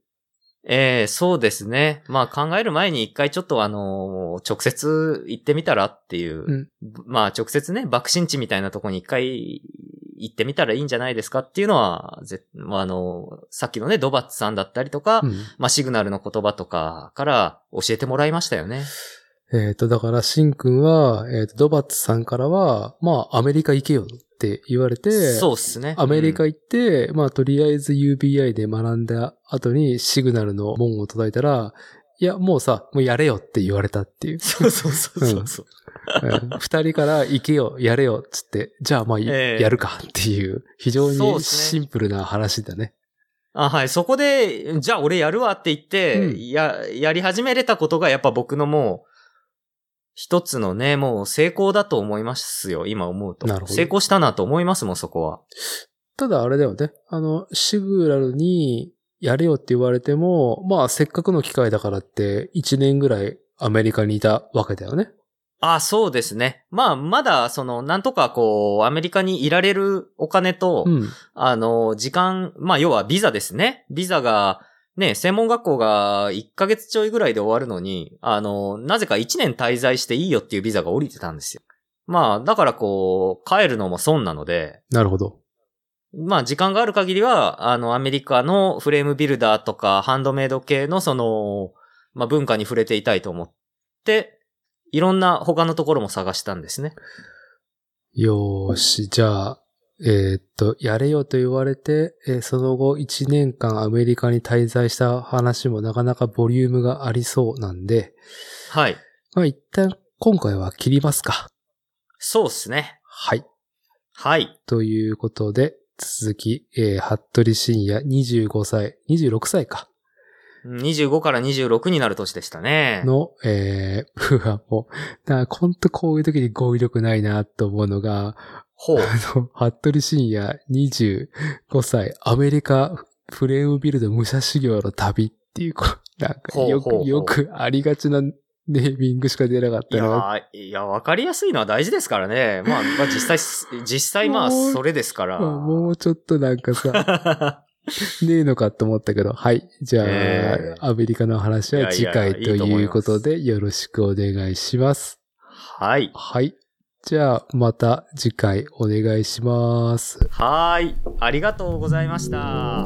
S2: ええそうですね。まあ考える前に一回ちょっとあのー直接行ってみたらっていう、
S1: うん
S2: まあ直接ね、爆心地みたいなとこに一回行ってみたらいいんじゃないですかっていうのは、ぜまああのーさっきのね、ドバッツさんだったりとか、
S1: うん
S2: まあシグナルの言葉とかから教えてもらいましたよね。
S1: えっ、と、だから、シンくんは、えっ、と、ドバッツさんからは、まあ、アメリカ行けよって言われて、
S2: そうっすね。
S1: アメリカ
S2: うん
S1: 行って、まあ、とりあえず UBI で学んだ後に、シグナルの門を叩いたら、いや、もうさ、もうやれよって言われたって いう。
S2: そうそうそうそうそう。
S1: うん二人から行けよ、やれよ、つって、じゃあまあ、い
S2: ええ
S1: やるかっていう、非常
S2: そう
S1: に
S2: ですね
S1: シンプルな話だね。
S2: あはい。そこで、じゃあ俺やるわって言って、
S1: うん
S2: や、やり始めれたことがやっぱ僕のもう、一つのね、もう成功だと思いますよ、今思うと。
S1: なるほど
S2: 成功したなと思いますもん、そこは。
S1: ただあれだよね、あの、シグラルにやれよって言われても、まあ、せっかくの機会だからって、一年ぐらいアメリカにいたわけだよね。
S2: あ、そうですね。まあ、まだ、その、なんとかこう、アメリカにいられるお金と、
S1: うん。
S2: あの、時間、まあ、要はビザですね。ビザが、ね、専門学校が1ヶ月ちょいぐらいで終わるのに、あの、なぜか1年滞在していいよっていうビザが降りてたんですよ。まあ、だからこう、帰るのも損なので、
S1: なるほど。
S2: まあ時間がある限りは、あの、アメリカのフレームビルダーとか、ハンドメイド系のその、まあ文化に触れていたいと思って、いろんな他のところも探したんですね。
S1: よーし、じゃあ、えーっと、やれよと言われて、えーその後1年間アメリカに滞在した話もなかなかボリュームがありそうなんで、
S2: はい。
S1: まあ一旦今回は切りますか。
S2: そうですね。
S1: はい。
S2: はい。
S1: ということで、続き、えー、服部深夜25歳、26歳か、
S2: 25から26になる年でしたね。
S1: の、えー、 うわ、もう、だからほんとこういう時に語彙力ないなと思うのが、
S2: ほう。
S1: あの、服部深夜25歳、アメリカフレームビルド武者修行の旅っていう、こうなんかよ
S2: ほうほうほ
S1: く、
S2: う
S1: よくありがちなネーミングしか出なかっ
S2: い
S1: た
S2: や
S1: な。
S2: ーいや、わかりやすいのは大事ですからね。まあ、 まあ、実際す、実際まあ、
S1: もう
S2: それですから。
S1: まあ もうちょっとなんかさ、ねえのかと思ったけど、はい。じゃあ、
S2: ええ
S1: アメリカの話はい
S2: やい
S1: 次
S2: やいや
S1: 回ということで
S2: い
S1: よろしくお願いします。
S2: はい。
S1: はい。じゃあ、また次回お願いします。
S2: はーい。ありがとうございました。